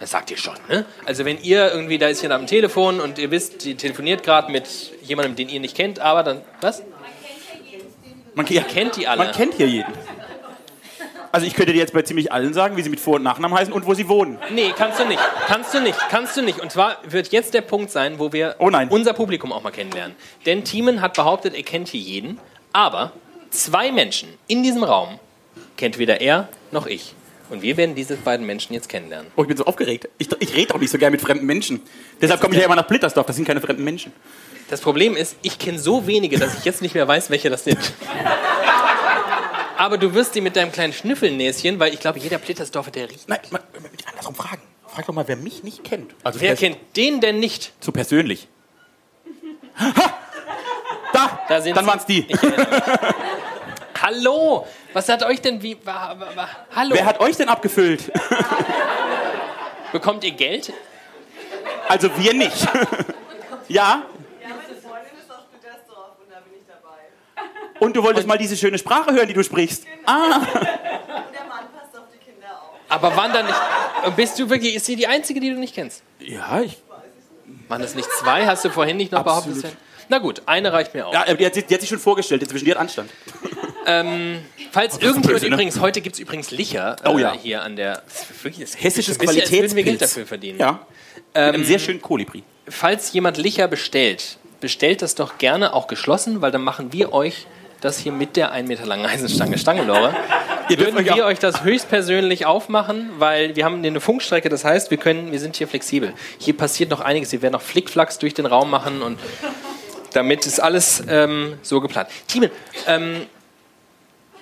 S2: das sagt ihr schon, ne? Also wenn ihr irgendwie, da ist jemand am Telefon und ihr wisst, die telefoniert gerade mit jemandem, den ihr nicht kennt, aber dann, was?
S3: Man, ja,
S2: Kennt die alle?
S3: man kennt hier jeden. Also ich könnte dir jetzt bei ziemlich allen sagen, wie sie mit Vor- und Nachnamen heißen und wo sie wohnen.
S2: nee, kannst du nicht, kannst du nicht, kannst du nicht. Und zwar wird jetzt der Punkt sein, wo wir
S3: Oh nein.
S2: unser Publikum auch mal kennenlernen. Denn Thiemen hat behauptet, er kennt hier jeden, aber zwei Menschen in diesem Raum kennt weder er noch ich. Und wir werden diese beiden Menschen jetzt kennenlernen.
S3: Oh, ich bin so aufgeregt. Ich, ich rede doch nicht so gern mit fremden Menschen. Deshalb komme ich ja immer nach Blittersdorf. Das sind keine fremden Menschen.
S2: Das Problem ist, ich kenne so wenige, dass ich jetzt nicht mehr weiß, welche das sind. Aber du wirst die mit deinem kleinen Schnüffelnäschen, weil ich glaube, jeder Plittersdorfer, der riecht.
S3: Nein, man, man- andersrum fragen. Frag doch mal, wer mich nicht kennt. Also
S2: Wer
S3: pers-
S2: kennt den denn nicht?
S3: So persönlich. Ha! Da!
S2: Da sind
S3: Dann
S2: sie.
S3: waren es die.
S2: Hallo! Was hat euch denn wie. wa- wa- wa- Hallo!
S3: Wer hat euch denn abgefüllt?
S2: Bekommt ihr Geld?
S3: Also wir nicht. Ja? Und du wolltest mal diese schöne Sprache hören, die du sprichst.
S2: Aber wann dann nicht. Und Bist du wirklich. Ist sie die einzige, die du nicht kennst?
S3: Ja, ich.
S2: Waren das nicht zwei? Hast du vorhin nicht noch behauptet?
S3: Absolut.
S2: dass wir- Na gut, eine reicht mir auch.
S3: Ja, aber die hat, sich- die hat sich schon vorgestellt, inzwischen die hat Anstand.
S2: Falls irgendjemand
S3: böse, ne?
S2: übrigens, heute gibt es übrigens Licher äh,
S3: Oh ja.
S2: hier an der. Das ist wirklich das
S3: Hessisches
S2: ein bisschen, als würden wir Geld
S3: Qualitätspilz.
S2: dafür verdienen. Ähm,
S3: Ja. Mit einem sehr schönen Kolibri.
S2: falls jemand Licher bestellt, bestellt das doch gerne auch geschlossen, weil dann machen wir euch das hier mit der 1 Meter langen Eisenstange Stangelore.
S3: Ihr dürft
S2: Würden
S3: euch
S2: wir
S3: auch,
S2: euch das höchstpersönlich aufmachen, weil wir haben eine Funkstrecke, das heißt, wir können, wir sind hier flexibel. Hier passiert noch einiges, wir werden noch Flickflacks durch den Raum machen und damit ist alles ähm, so geplant. Timon, ähm,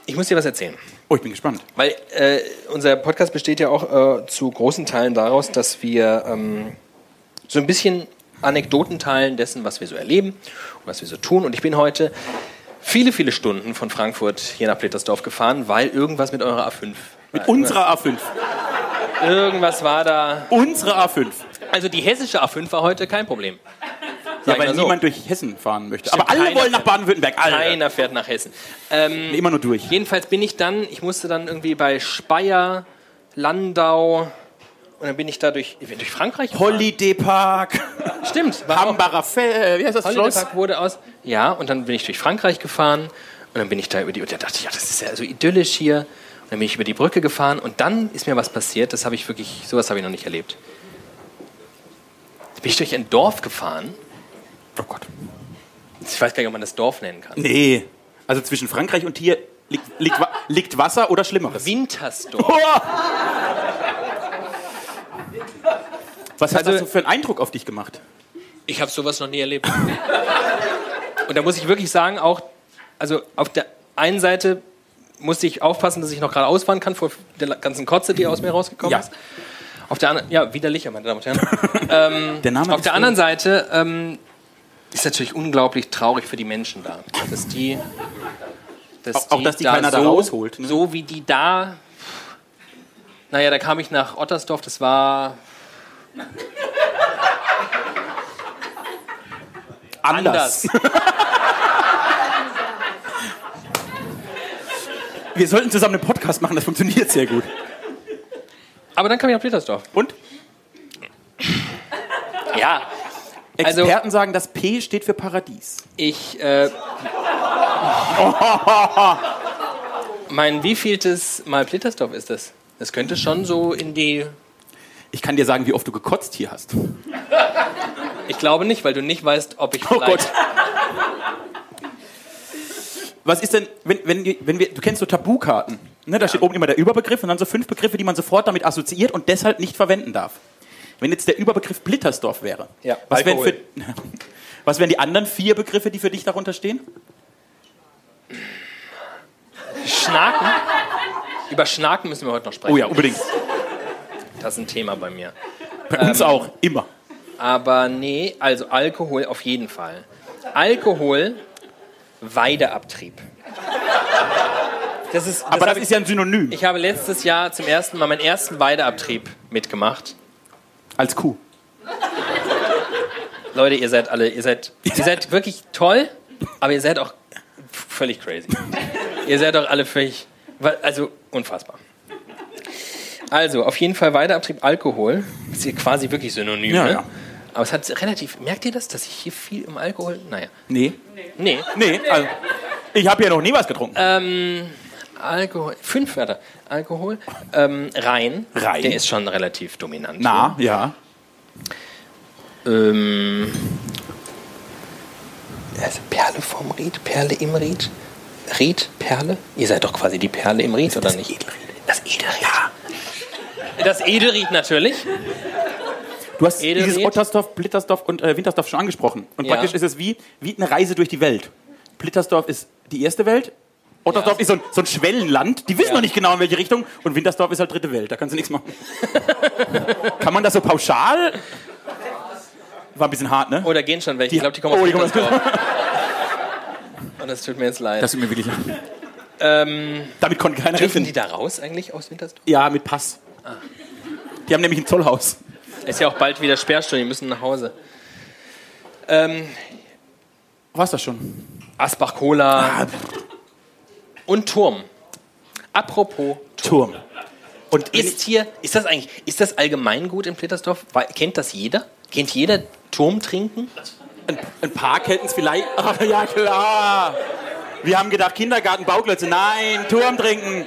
S2: ich muss dir was erzählen.
S3: oh, ich bin gespannt.
S2: Weil äh, unser Podcast besteht ja auch äh, zu großen Teilen daraus, dass wir ähm, so ein bisschen Anekdoten teilen dessen, was wir so erleben und was wir so tun. Und ich bin heute viele, viele Stunden von Frankfurt hier nach Plittersdorf gefahren, weil irgendwas mit eurer A5.
S3: Mit unserer A5.
S2: Irgendwas war da.
S3: Unsere A5.
S2: Also die hessische A5 war heute kein Problem.
S3: Ja,
S2: Sag ich
S3: weil
S2: mal so.
S3: niemand durch Hessen fahren möchte.
S2: Stimmt,
S3: Aber alle
S2: keiner
S3: wollen nach Baden-Württemberg. Alle.
S2: Keiner fährt nach Hessen. Ähm,
S3: Immer nur durch.
S2: Jedenfalls bin ich dann, ich musste dann irgendwie bei Speyer, Landau und dann bin ich da durch, ich bin durch Frankreich. gefahren.
S3: Holiday Park,
S2: Stimmt, war auch,
S3: Hambacher Fell, wie heißt das
S2: Holiday
S3: Schloss?
S2: Park wurde aus. Ja, und dann bin ich durch Frankreich gefahren und dann bin ich da über die. Und da dachte ich, ja, das ist ja so idyllisch hier. Dann bin ich über die Brücke gefahren und dann ist mir was passiert. Das habe ich wirklich, sowas habe ich noch nicht erlebt. Da bin ich durch ein Dorf gefahren.
S3: Oh Gott.
S2: Ich weiß gar nicht, ob man das Dorf nennen kann.
S3: Nee. Also zwischen Frankreich und hier liegt, liegt, Wa- liegt Wasser oder Schlimmeres. Oh!
S2: Wintersdorf.
S3: Was hat
S2: Also-
S3: das so für einen Eindruck auf dich gemacht?
S2: Ich habe sowas noch nie erlebt. Und da muss ich wirklich sagen, auch, also auf der einen Seite musste ich aufpassen, dass ich noch gerade ausfahren kann vor der ganzen Kotze, die aus mir rausgekommen
S3: Ja.
S2: ist. Auf der anderen, ja, widerlicher, meine Damen und Herren.
S3: Der Name
S2: Auf der anderen Seite ähm, ist natürlich unglaublich traurig für die Menschen da, dass die, dass
S3: Auch- auch, dass die keiner da rausholt, ne?
S2: So wie die da. Naja, da kam ich nach Ottersdorf. Das war anders.
S3: Wir sollten zusammen einen Podcast machen, das funktioniert sehr gut.
S2: Aber dann kam ich nach Petersdorf.
S3: Und?
S2: Ja, Also-
S3: Experten sagen, das P steht für Paradies.
S2: ich. Äh, mein wievieltes Mal Petersdorf ist das? Das könnte schon so in die.
S3: Ich kann dir sagen, wie oft du gekotzt hier hast.
S2: Ich glaube nicht, weil du nicht weißt, ob ich
S3: Oh
S2: vielleicht.
S3: Was ist denn, wenn, wenn, die- wenn wir, du kennst so Tabukarten, ne, da steht oben immer der Überbegriff und dann so fünf Begriffe, die man sofort damit assoziiert und deshalb nicht verwenden darf. Wenn jetzt der Überbegriff Blittersdorf wäre,
S2: Ja,
S3: was, wären für,
S2: Alkohol.
S3: was wären die anderen vier Begriffe, die für dich darunter stehen?
S2: Schnaken? Über Schnaken müssen wir heute noch sprechen.
S3: Oh ja, unbedingt.
S2: Das ist ein Thema bei mir.
S3: Bei uns auch, immer.
S2: Aber nee, also Alkohol auf jeden Fall. Alkohol, Weideabtrieb. Das ist, das
S3: Aber das
S2: habe
S3: ist ja ein Synonym.
S2: ich, ich habe letztes Jahr zum ersten Mal meinen ersten Weideabtrieb mitgemacht.
S3: Als Kuh.
S2: Leute, ihr seid alle, ihr seid, ihr seid wirklich toll, aber ihr seid auch völlig crazy. Ihr seid doch alle völlig, wa- also unfassbar. Also, auf jeden Fall Weideabtrieb Alkohol. Ist hier quasi wirklich synonym,
S3: Ja,
S2: ne?
S3: ja.
S2: Aber es hat relativ, merkt ihr das, dass ich hier viel im Alkohol, naja,
S3: Nee.
S2: nee.
S3: Nee, also, ich habe ja noch nie was getrunken.
S2: Alkohol, fünf Wörter. Alkohol, ähm, rein.
S3: Rein.
S2: Der ist schon relativ dominant.
S3: Na, ja.
S2: Ähm, also Perle vom Ried, Perle im Ried. Ried, Perle. Ihr seid doch quasi die Perle im Ried, oder nicht? Das Edelried. Das Edelried natürlich.
S3: Du hast
S2: Edelried.
S3: dieses Ottersdorf, Blittersdorf und äh, Wintersdorf schon angesprochen. Und
S2: Ja.
S3: praktisch ist es wie, wie eine Reise durch die Welt. Blittersdorf ist die erste Welt, Ottersdorf ist so ein, so ein Schwellenland, die wissen
S2: Ja.
S3: noch nicht genau, in welche Richtung, und Wintersdorf ist halt dritte Welt, da kannst du nichts machen. Kann man das so pauschal? War ein bisschen hart, ne?
S2: Oh, da gehen schon welche. Ich glaube, die kommen
S3: Oh,
S2: aus
S3: die kommen aus-
S2: Petersdorf. Und das tut mir jetzt leid.
S3: Das tut mir wirklich leid.
S2: ähm,
S3: Damit konnte keiner
S2: dürfen
S3: rechnen.
S2: die da raus eigentlich aus Wintersdorf?
S3: Ja, mit Pass. Die haben nämlich ein Zollhaus.
S2: Ist ja auch bald wieder Sperrstunde, die müssen nach Hause. Ähm,
S3: War's das schon?
S2: Asbach-Cola
S3: Ah,
S2: und Turm. Apropos
S3: Turm. Und
S2: Ist hier, ist das eigentlich, ist das allgemeingut in Plittersdorf? Wei- Kennt das jeder? Kennt jeder Turm trinken?
S3: Ein, ein paar Ketten vielleicht. Ach, ja, klar. Wir haben gedacht, Kindergarten, Bauklötze. Nein, Turm trinken.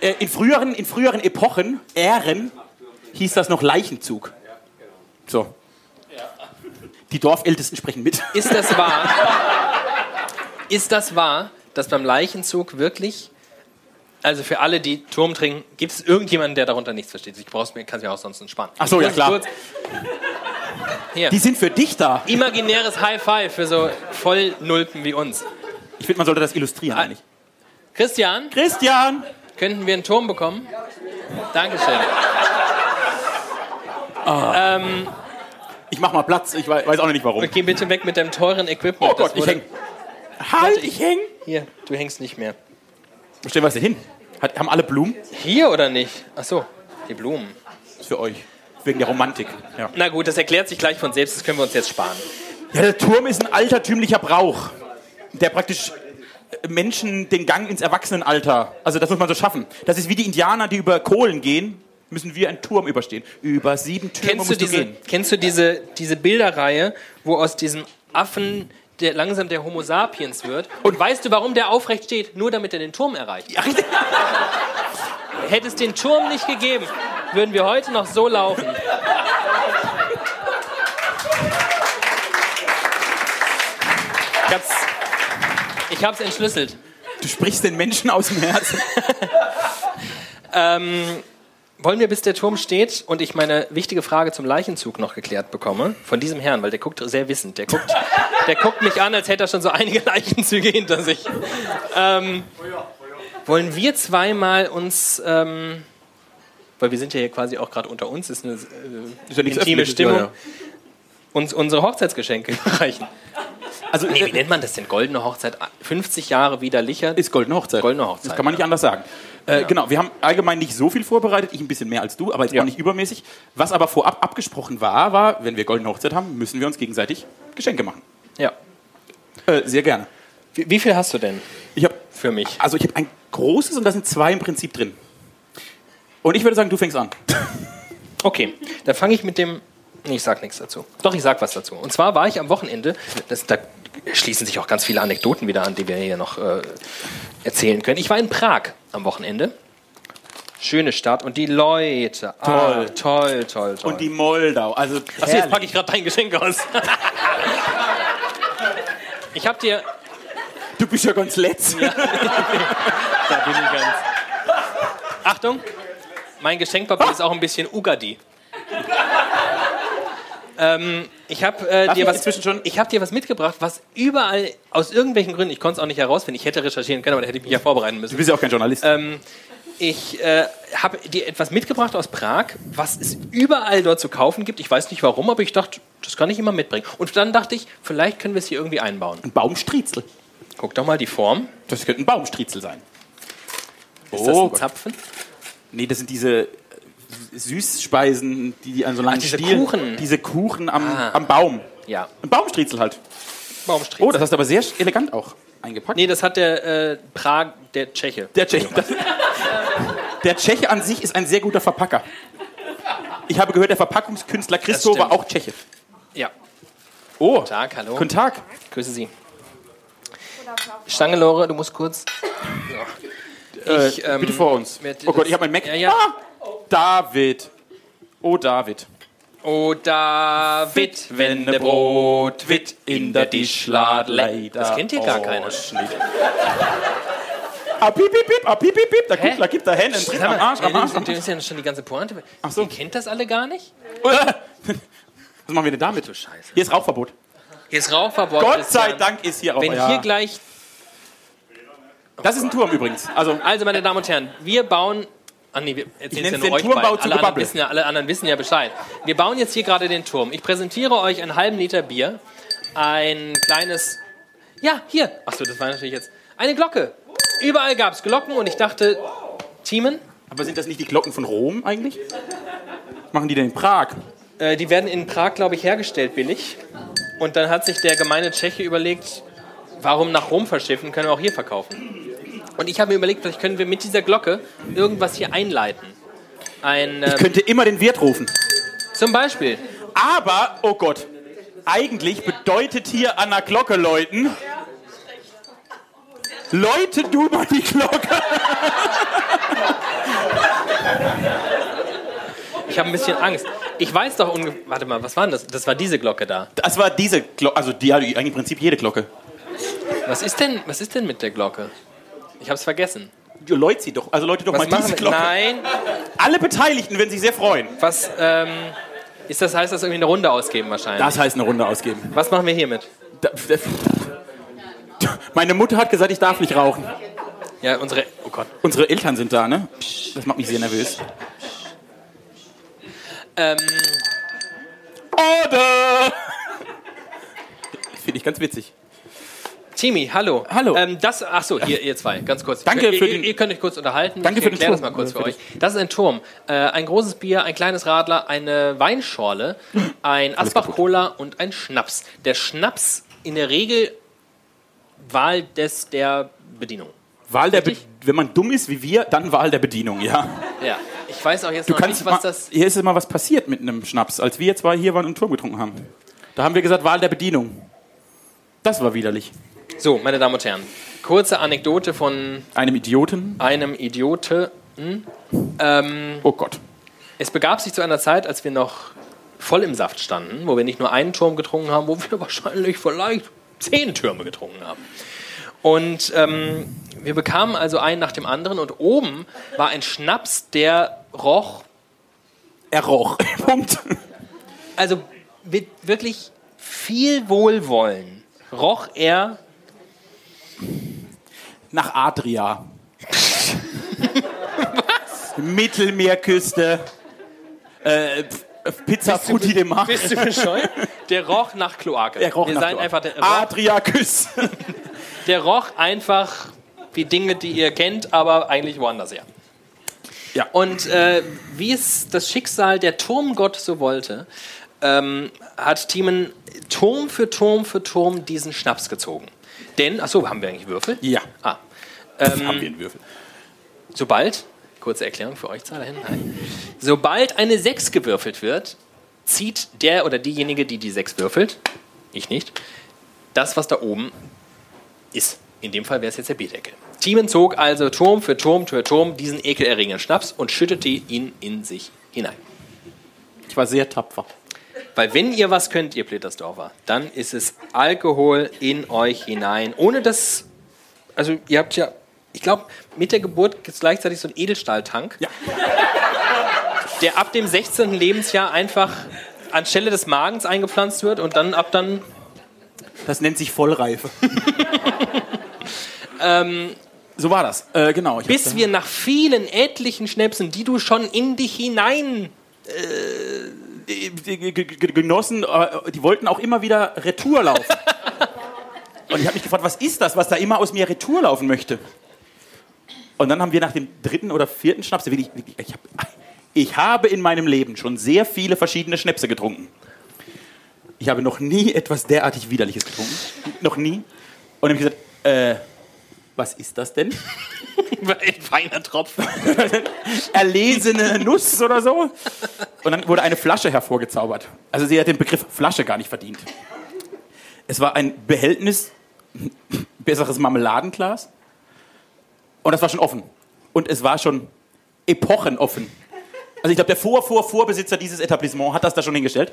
S3: Äh, in, früheren, in früheren Epochen, Ähren, hieß das noch Leichenzug. So. Die Dorfältesten sprechen mit.
S2: Ist das wahr? ist das wahr, dass beim Leichenzug wirklich, also für alle, die Turm trinken, gibt es irgendjemanden, der darunter nichts versteht? Ich brauch's mir, kann es mir auch sonst entspannen.
S3: Ach so,
S2: Ich
S3: ja,
S2: muss
S3: klar.
S2: kurz- Hier.
S3: Die sind für dich da.
S2: Imaginäres High Five für so Vollnulpen wie uns.
S3: Ich finde, man sollte das illustrieren eigentlich.
S2: Christian?
S3: Christian!
S2: Könnten wir einen Turm bekommen? Dankeschön.
S3: Ich mach mal Platz. Ich wei- weiß auch noch nicht warum.
S2: Und geh bitte weg mit deinem teuren Equipment.
S3: Oh Gott,
S2: Das
S3: ich
S2: wurde-
S3: häng. Halt, ich häng.
S2: Hier, du hängst nicht mehr.
S3: Wo stellen wir das denn hin? Hat, haben alle Blumen?
S2: Hier oder nicht? Ach so, die Blumen.
S3: Das ist für euch. Wegen der Romantik. Ja.
S2: Na gut, das erklärt sich gleich von selbst, das können wir uns jetzt sparen.
S3: Ja, der Turm ist ein altertümlicher Brauch, der praktisch äh, Menschen den Gang ins Erwachsenenalter, also das muss man so schaffen. Das ist wie die Indianer, die über Kohlen gehen, müssen wir einen Turm überstehen. Über sieben Türme
S2: Kennst du,
S3: musst du
S2: diese,
S3: gehen.
S2: kennst du diese, diese Bilderreihe, wo aus diesem Affen der langsam der Homo sapiens wird? Und weißt du, warum der aufrecht steht? Nur damit er den Turm erreicht.
S3: Ja, richtig.
S2: Hätte es den Turm nicht gegeben, würden wir heute noch so laufen. Ich hab's, ich hab's entschlüsselt.
S3: Du sprichst den Menschen aus dem Herzen.
S2: Wollen wir, bis der Turm steht und ich meine wichtige Frage zum Leichenzug noch geklärt bekomme, von diesem Herrn, weil der guckt sehr wissend. Der guckt, der guckt mich an, als hätte er schon so einige Leichenzüge hinter sich. Ähm, wollen wir zweimal uns, ähm, weil wir sind ja hier quasi auch gerade unter uns, ist eine äh,
S3: Ist ja
S2: intime
S3: nichts Öffentliches,
S2: Stimmung,
S3: ja, ja.
S2: uns unsere Hochzeitsgeschenke überreichen. Also, nee, wie nennt man das denn? Goldene Hochzeit? 50 Jahre wieder Lichert?
S3: Ist goldene Hochzeit.
S2: Goldene Hochzeit,
S3: Das kann man nicht anders sagen. Äh, Genau, wir haben allgemein nicht so viel vorbereitet, ich ein bisschen mehr als du, aber jetzt
S2: Ja.
S3: auch nicht übermäßig. Was aber vorab abgesprochen war, war, wenn wir goldene Hochzeit haben, müssen wir uns gegenseitig Geschenke machen.
S2: Ja.
S3: Äh, sehr gerne.
S2: Wie, wie viel hast du denn
S3: Ich habe
S2: für mich?
S3: also ich hab ein großes und da sind zwei im Prinzip drin. Und ich würde sagen, du fängst an.
S2: Okay, dann fange ich mit dem. Nee, ich sag nichts dazu. Doch, ich sag was dazu. Und zwar war ich am Wochenende, das, da schließen sich auch ganz viele Anekdoten wieder an, die wir hier noch äh, erzählen können. Ich war in Prag am Wochenende. Schöne Stadt und die Leute. Ah,
S3: Toll.
S2: toll, toll, toll.
S3: Und die Moldau. Also,
S2: Achso, jetzt packe ich gerade dein Geschenk aus. ich habe dir
S3: du bist ja ganz letzt.
S2: Da bin ich ganz. Achtung, mein Geschenkpapier ist auch ein bisschen Ugadi. ähm, ich habe äh,
S3: Darf
S2: dir
S3: ich
S2: was
S3: inzwischen schon-
S2: Ich habe dir was mitgebracht, was überall aus irgendwelchen Gründen, ich konnte es auch nicht herausfinden. Ich hätte recherchieren können, aber da hätte ich mich ja vorbereiten
S3: Du
S2: müssen.
S3: bist ja auch kein Journalist.
S2: Äh. Ich äh, habe dir etwas mitgebracht aus Prag, was es überall dort zu kaufen gibt. Ich weiß nicht warum, aber ich dachte, das kann ich immer mitbringen. Und dann dachte ich, vielleicht können wir es hier irgendwie einbauen.
S3: ein Baumstriezel.
S2: Guck doch mal die Form.
S3: Das könnte ein Baumstriezel sein. Oh,
S2: Ist das ein
S3: Gott.
S2: Zapfen?
S3: Nee, das sind diese äh, Süßspeisen, die, die an so langen
S2: Ach, diese
S3: Stielen-
S2: Kuchen.
S3: Diese Kuchen am,
S2: Ah.
S3: am Baum.
S2: Ja.
S3: Ein Baumstriezel halt.
S2: Baumstrich.
S3: Oh, das hast du aber sehr elegant auch eingepackt.
S2: Nee, das hat der äh, Prag, der Tscheche.
S3: Der Tscheche. der Tscheche an sich ist ein sehr guter Verpacker. Ich habe gehört, der Verpackungskünstler Christo
S2: Das stimmt.
S3: war auch Tscheche.
S2: Ja.
S3: Oh,
S2: Tag, hallo.
S3: guten Tag.
S2: Grüße Sie. Stange, Lore, du musst kurz. Ich, ähm,
S3: Äh, Bitte vor uns.
S2: werd-
S3: Oh Gott, ich habe mein Mac.
S2: Ja, ja.
S3: Ah, David. Oh, David.
S2: Oh, David, wenn der Brot wit in der Tischlad leider. Das kennt hier gar
S3: Oh,
S2: keiner.
S3: Schnitt. Ah, piep, piep, piep, ah, piep, piep, piep. Da guck, da gibt er hin.
S2: Sag
S3: Tritt
S2: mal,
S3: am Arsch, am
S2: äh,
S3: Arsch.
S2: Das das ist ja schon die ganze Pointe. Ach
S3: so.
S2: Ihr kennt das alle gar nicht?
S3: Was machen wir denn damit?
S2: Du Scheiße.
S3: Hier ist Rauchverbot.
S2: Hier ist Rauchverbot.
S3: Gott
S2: Christian.
S3: sei Dank ist hier Rauch.
S2: Wenn
S3: ja.
S2: hier gleich.
S3: das ist ein Turm übrigens. Also,
S2: Also, meine Damen und Herren, wir bauen. Ah, nee, wir erzählen
S3: nenn's
S2: ja
S3: den
S2: nur euch
S3: Turmbau
S2: beiden.
S3: zu
S2: alle, anderen
S3: Gebubble.
S2: wissen ja, alle anderen wissen ja Bescheid. Wir bauen jetzt hier gerade den Turm. Ich präsentiere euch einen halben Liter Bier, ein kleines. Ja, hier. Achso, das war natürlich jetzt. Eine Glocke. Überall gab es Glocken und ich dachte, Thiemen,
S3: aber sind das nicht die Glocken von Rom eigentlich? Machen die denn in Prag?
S2: äh, die werden in Prag, glaube ich, hergestellt billig. Und dann hat sich der gemeine Tscheche überlegt, warum nach Rom verschiffen, können wir auch hier verkaufen. Und ich habe mir überlegt, vielleicht können wir mit dieser Glocke irgendwas hier einleiten. Ein, ähm,
S3: Ich könnte immer den Wirt rufen.
S2: Zum Beispiel.
S3: Aber, oh Gott, eigentlich bedeutet hier an der Glocke läuten. Läute du mal die Glocke.
S2: Ich habe ein bisschen Angst. Ich weiß doch unge Warte mal, was war denn das? Das war diese Glocke da.
S3: Das war diese Glocke, also die, eigentlich im Prinzip jede Glocke.
S2: Was ist denn, was ist denn mit der Glocke? Ich habe es vergessen.
S3: Du läut sie doch, also läute doch
S2: Was
S3: mal diese
S2: wir?
S3: Glocke.
S2: Nein.
S3: Alle Beteiligten werden sich sehr freuen.
S2: Was ähm, ist das? Heißt das irgendwie eine Runde ausgeben wahrscheinlich?
S3: Das heißt eine Runde ausgeben.
S2: Was machen wir hiermit?
S3: Da- da- Meine Mutter hat gesagt, ich darf nicht rauchen.
S2: Ja, unsere. Oh Gott.
S3: Unsere Eltern sind da, ne? Das macht mich sehr nervös.
S2: Ähm,
S3: Order! Finde ich ganz witzig.
S2: Timi, hallo.
S3: Hallo.
S2: Ähm, das. Ach so, ihr, ihr zwei, ganz kurz.
S3: Danke
S2: ihr,
S3: für
S2: ihr,
S3: den-
S2: ihr könnt euch kurz unterhalten.
S3: Danke
S2: ich
S3: für den
S2: erkläre das mal
S3: Turm.
S2: kurz für
S3: Für
S2: euch. Das ist ein Turm. Äh, ein großes Bier, ein kleines Radler, eine Weinschorle, ein Asbach-Cola und ein Schnaps. Der Schnaps in der Regel Wahl des der Bedienung.
S3: Wahl der Be
S2: Richtig?
S3: Wenn man dumm ist wie wir, dann Wahl der Bedienung, ja.
S2: Ja. Ich weiß auch jetzt
S3: Du
S2: noch
S3: kannst
S2: nicht, was
S3: mal,
S2: das.
S3: Hier ist mal was passiert mit einem Schnaps, als wir zwei hier waren und Turm getrunken haben. Da haben wir gesagt, Wahl der Bedienung. Das war widerlich.
S2: So, meine Damen und Herren, kurze Anekdote von
S3: Einem Idioten.
S2: einem Idiote.
S3: Oh Gott.
S2: Es begab sich zu einer Zeit, als wir noch voll im Saft standen, wo wir nicht nur einen Turm getrunken haben, wo wir wahrscheinlich vielleicht zehn Türme getrunken haben. Und ähm, wir bekamen also einen nach dem anderen und oben war ein Schnaps, der roch,
S3: Er roch. Punkt.
S2: also mit wirklich viel Wohlwollen, roch er
S3: Nach Adria. Was? Mittelmeerküste. Äh, P- Pizza Frutti de Mar.
S2: Bist du bescheuert? Der roch nach Kloake.
S3: Er roch
S2: Wir
S3: nach
S2: seien
S3: Kloake.
S2: einfach der, roch,
S3: Adriaküste.
S2: der roch einfach wie Dinge, die ihr kennt, aber eigentlich woanders her.
S3: Ja.
S2: Und äh, wie es das Schicksal der Turmgott so wollte, ähm, hat Thiemen Turm für Turm für Turm diesen Schnaps gezogen. Denn, achso, haben wir eigentlich Würfel?
S3: Ja.
S2: Ah,
S3: haben wir einen Würfel.
S2: Sobald, kurze Erklärung für euch Zahler hin, nein. sobald eine 6 gewürfelt wird, zieht der oder diejenige, die die 6 würfelt, ich nicht, das, was da oben ist. In dem Fall wäre es jetzt der B-Deckel. Thiemen zog also Turm für Turm für Turm diesen ekelerregenden Schnaps und schüttete ihn in sich hinein.
S3: Ich war sehr tapfer.
S2: Weil wenn ihr was könnt, ihr Plittersdorfer, dann ist es Alkohol in euch hinein, ohne dass, also ihr habt ja, ich glaube, mit der Geburt gibt es gleichzeitig so einen Edelstahltank,
S3: Ja.
S2: der ab dem 16. Lebensjahr einfach anstelle des Magens eingepflanzt wird und dann ab dann
S3: Das nennt sich Vollreife. so war das. Äh, genau. Ich
S2: Ähm, bis
S3: hab-
S2: wir nach vielen etlichen Schnäpsen, die du schon in dich hinein,
S3: die G- G- G- Genossen, äh, die wollten auch immer wieder Retour laufen. Und ich habe mich gefragt, was ist das, was da immer aus mir Retour laufen möchte? Und dann haben wir nach dem dritten oder vierten Schnaps, wirklich, wirklich, ich, hab, ich habe in meinem Leben schon sehr viele verschiedene Schnäpse getrunken. Ich habe noch nie etwas derartig Widerliches getrunken. Noch nie. Und habe gesagt, äh, was ist das denn?
S2: ein feiner Tropfen,
S3: erlesene Nuss oder so. Und dann wurde eine Flasche hervorgezaubert. Also sie hat den Begriff Flasche gar nicht verdient. Es war ein Behältnis, besseres Marmeladenglas. Und das war schon offen. Und es war schon epochenoffen. Also ich glaube, der Vor, Vor, Vorbesitzer dieses Etablissements hat das da schon hingestellt.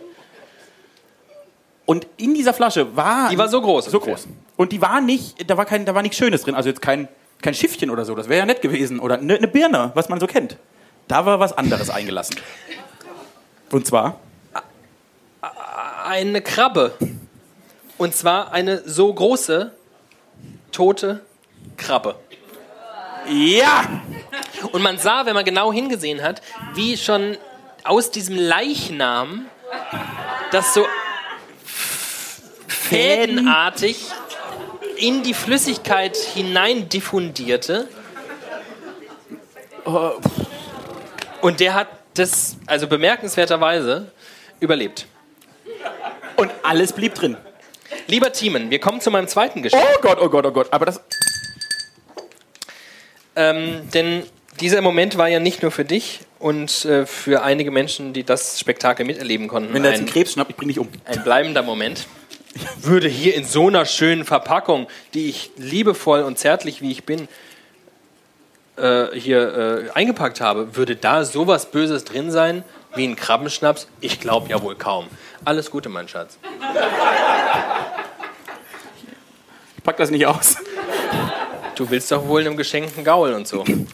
S3: Und in dieser Flasche war...
S2: Die war so groß
S3: So
S2: ungefähr.
S3: groß. Und die war nicht, da war, kein, da war nichts Schönes drin. Also jetzt kein, kein Schiffchen oder so, das wäre ja nett gewesen. Oder eine ne Birne, was man so kennt. Da war was anderes eingelassen. Und zwar,
S2: eine Krabbe. Und zwar eine so große, tote Krabbe.
S3: ja,
S2: Und man sah, wenn man genau hingesehen hat, wie schon aus diesem Leichnam das so fädenartig in die Flüssigkeit hinein diffundierte. Und der hat das, also bemerkenswerterweise, überlebt.
S3: und alles blieb drin.
S2: Lieber Thiemen, wir kommen zu meinem zweiten Geschenk.
S3: Oh Gott, oh Gott, oh Gott. Aber das,
S2: Ähm, denn dieser Moment war ja nicht nur für dich und äh, für einige Menschen, die das Spektakel miterleben konnten.
S3: wenn da jetzt
S2: ein-
S3: ein Krebs schnappt, ich bring dich um.
S2: ein bleibender Moment. Würde hier in so einer schönen Verpackung, die ich liebevoll und zärtlich wie ich bin äh, hier äh, eingepackt habe, würde da sowas Böses drin sein wie ein Krabbenschnaps? Ich glaube ja wohl kaum. Alles Gute, mein Schatz.
S3: Ich pack das nicht aus.
S2: Du willst doch wohl einem geschenkten Gaul und so. Du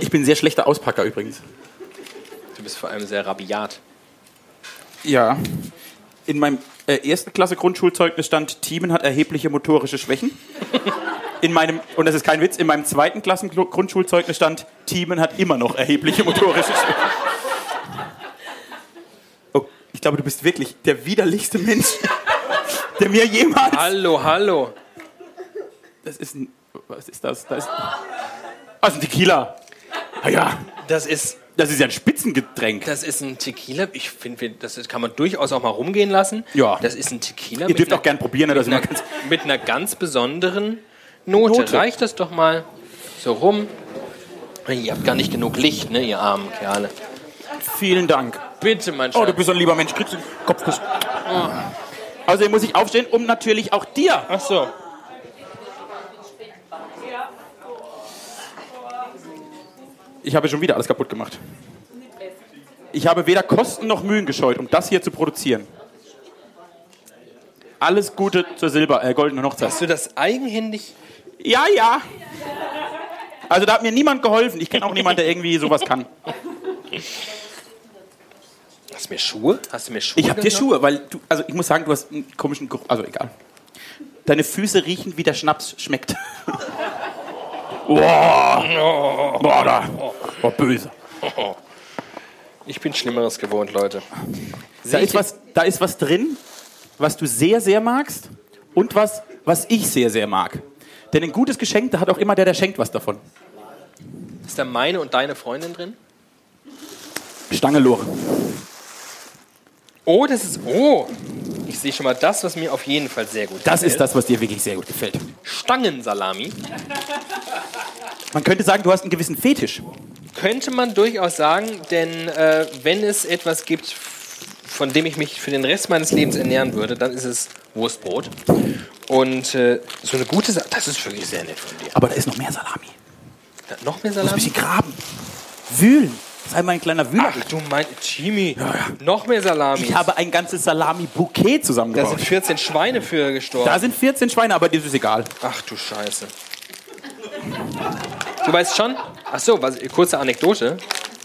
S3: Ich bin ein sehr schlechter Auspacker übrigens.
S2: bist vor allem sehr rabiat.
S3: Ja. In meinem äh, ersten Klasse Grundschulzeugnis stand, Thiemen hat erhebliche motorische Schwächen. In meinem, und das ist kein Witz, in meinem zweiten Klassen Grundschulzeugnis stand, Thiemen hat immer noch erhebliche motorische Schwächen. Oh, ich glaube, du bist wirklich der widerlichste Mensch, der mir jemals.
S2: Hallo, hallo.
S3: Das ist ein. Was ist das? Das ist, das ist ein Tequila. Ah ja,
S2: Das ist,
S3: das ist ja ein Spitzengetränk.
S2: das ist ein Tequila. Ich finde, das ist- kann man durchaus auch mal rumgehen lassen.
S3: Ja.
S2: Das ist ein Tequila.
S3: Ihr
S2: mit
S3: dürft
S2: einer-
S3: auch gern probieren, Also, das ist immer
S2: einer,
S3: ganz.
S2: mit einer ganz besonderen Note.
S3: Note.
S2: Reicht das doch mal so rum. Ihr habt gar nicht genug Licht, ne, ihr armen Kerle.
S3: Vielen Dank.
S2: Bitte, mein
S3: Oh, du
S2: Schatz.
S3: bist so ein lieber Mensch. Kriegst du einen Kopfkuss. Außerdem muss ich aufstehen, um natürlich auch dir.
S2: Ach so.
S3: Ich habe schon wieder alles kaputt gemacht. Ich habe weder Kosten noch Mühen gescheut, um das hier zu produzieren. Alles Gute zur Silber, äh, goldenen Hochzeit.
S2: Hast du das eigenhändig?
S3: Ja, ja. Also da hat mir niemand geholfen. Ich kenne auch niemanden, der irgendwie sowas kann.
S2: Hast du mir Schuhe? Hast du mir Schuhe?
S3: Ich habe dir
S2: genommen?
S3: Schuhe, weil du, also ich muss sagen, du hast einen komischen Geruch. Also egal. Deine Füße riechen, wie der Schnaps schmeckt.
S2: Oh.
S3: Boah, boah, da. boah, böse.
S2: Ich bin Schlimmeres gewohnt, Leute.
S3: Da ist, was, da ist was drin, was du sehr, sehr magst und was, was ich sehr, sehr mag. Denn ein gutes Geschenk, da hat auch immer der, der schenkt, was davon.
S2: Ist da meine und deine Freundin drin?
S3: Stangeloch.
S2: Oh, das ist. Oh! Ich sehe schon mal das, was mir auf jeden Fall sehr gut
S3: Das
S2: gefällt.
S3: ist das, was dir wirklich sehr gut gefällt.
S2: Stangensalami.
S3: Man könnte sagen, du hast einen gewissen Fetisch.
S2: Könnte man durchaus sagen, denn äh, wenn es etwas gibt, von dem ich mich für den Rest meines Lebens ernähren würde, dann ist es Wurstbrot. Und äh, so eine gute Sa Das ist wirklich sehr nett von dir.
S3: Aber da ist noch mehr Salami.
S2: Da, noch mehr
S3: Muss ein
S2: Salami?
S3: bisschen graben. Wühlen. Sei mal ein kleiner Wühler.
S2: Ach du mein Jimmy. Noch mehr Salami.
S3: Ich habe ein ganzes Salami-Bouquet
S2: da sind
S3: zusammengebaut.
S2: 14 Schweine für gestorben.
S3: Da sind 14 Schweine, aber das ist egal.
S2: Ach du Scheiße. Du weißt schon? Ach so, was, kurze Anekdote.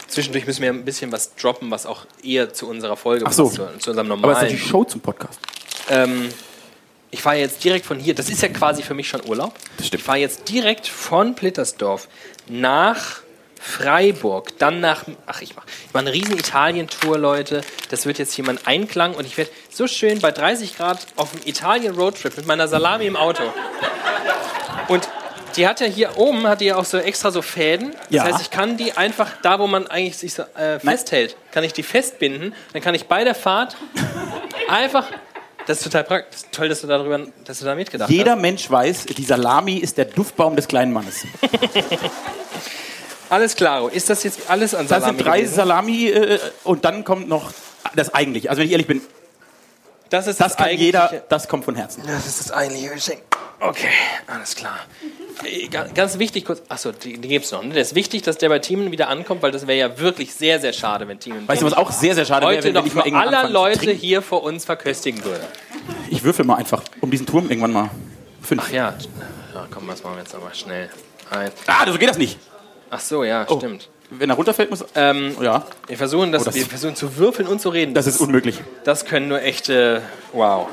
S2: Zwischendurch müssen wir ein bisschen was droppen, was auch eher zu unserer Folge
S3: so.
S2: passt, zu, zu unserem
S3: Aber es ist
S2: normalen.
S3: die Show zum Podcast.
S2: Ähm, ich fahre jetzt direkt von hier, das ist ja quasi für mich schon Urlaub.
S3: Das stimmt.
S2: Ich fahre jetzt direkt von Plittersdorf nach Freiburg, dann nach. Ach, ich mache ich mach eine riesen Italien-Tour, Leute. Das wird jetzt hier mein Einklang und ich werde so schön bei 30 Grad auf dem Italien-Roadtrip mit meiner Salami im Auto. Und die hat ja hier oben, hat die ja auch so extra so Fäden. Das
S3: Ja.
S2: heißt, ich kann die einfach da, wo man eigentlich sich so äh, festhält, kann ich die festbinden. Dann kann ich bei der Fahrt einfach. Das ist total praktisch. Toll, dass du darüber, dass du da mitgedacht hast.
S3: Jeder Mensch weiß, die Salami ist der Duftbaum des kleinen Mannes.
S2: Alles klaro. Ist das jetzt alles an
S3: Das
S2: Salami?
S3: sind drei
S2: gewesen?
S3: Salami äh, und dann kommt noch das eigentliche. Also wenn ich ehrlich bin,
S2: das ist
S3: das
S2: das
S3: kann
S2: eigentliche-
S3: jeder, das kommt von Herzen.
S2: Das ist das eigentliche Geschenk. Okay, alles klar. Äh, ga- Ganz wichtig kurz. Achso, die, die gibt's noch. Ne? Das ist wichtig, dass der bei Timen wieder ankommt, weil das wäre ja wirklich sehr, sehr schade, wenn Timen
S3: Weißt du, was auch sehr, sehr schade wäre,
S2: heute
S3: wenn,
S2: noch
S3: wenn ich mal
S2: vor
S3: irgendwann
S2: aller
S3: anfange zu
S2: Leute
S3: trinken.
S2: hier vor uns verköstigen würde.
S3: Ich würfel mal einfach um diesen Turm irgendwann mal. Fünf.
S2: Ach ja. ja komm, was machen wir jetzt aber schnell? Ein.
S3: Ah, so geht das nicht. Oh.
S2: Ach so, ja, stimmt.
S3: Wenn er runterfällt, muss...
S2: Ähm,
S3: ja,
S2: wir, versuchen das,
S3: Oh, das-
S2: wir versuchen zu würfeln und zu reden.
S3: das ist unmöglich.
S2: Das können nur echte. Wow.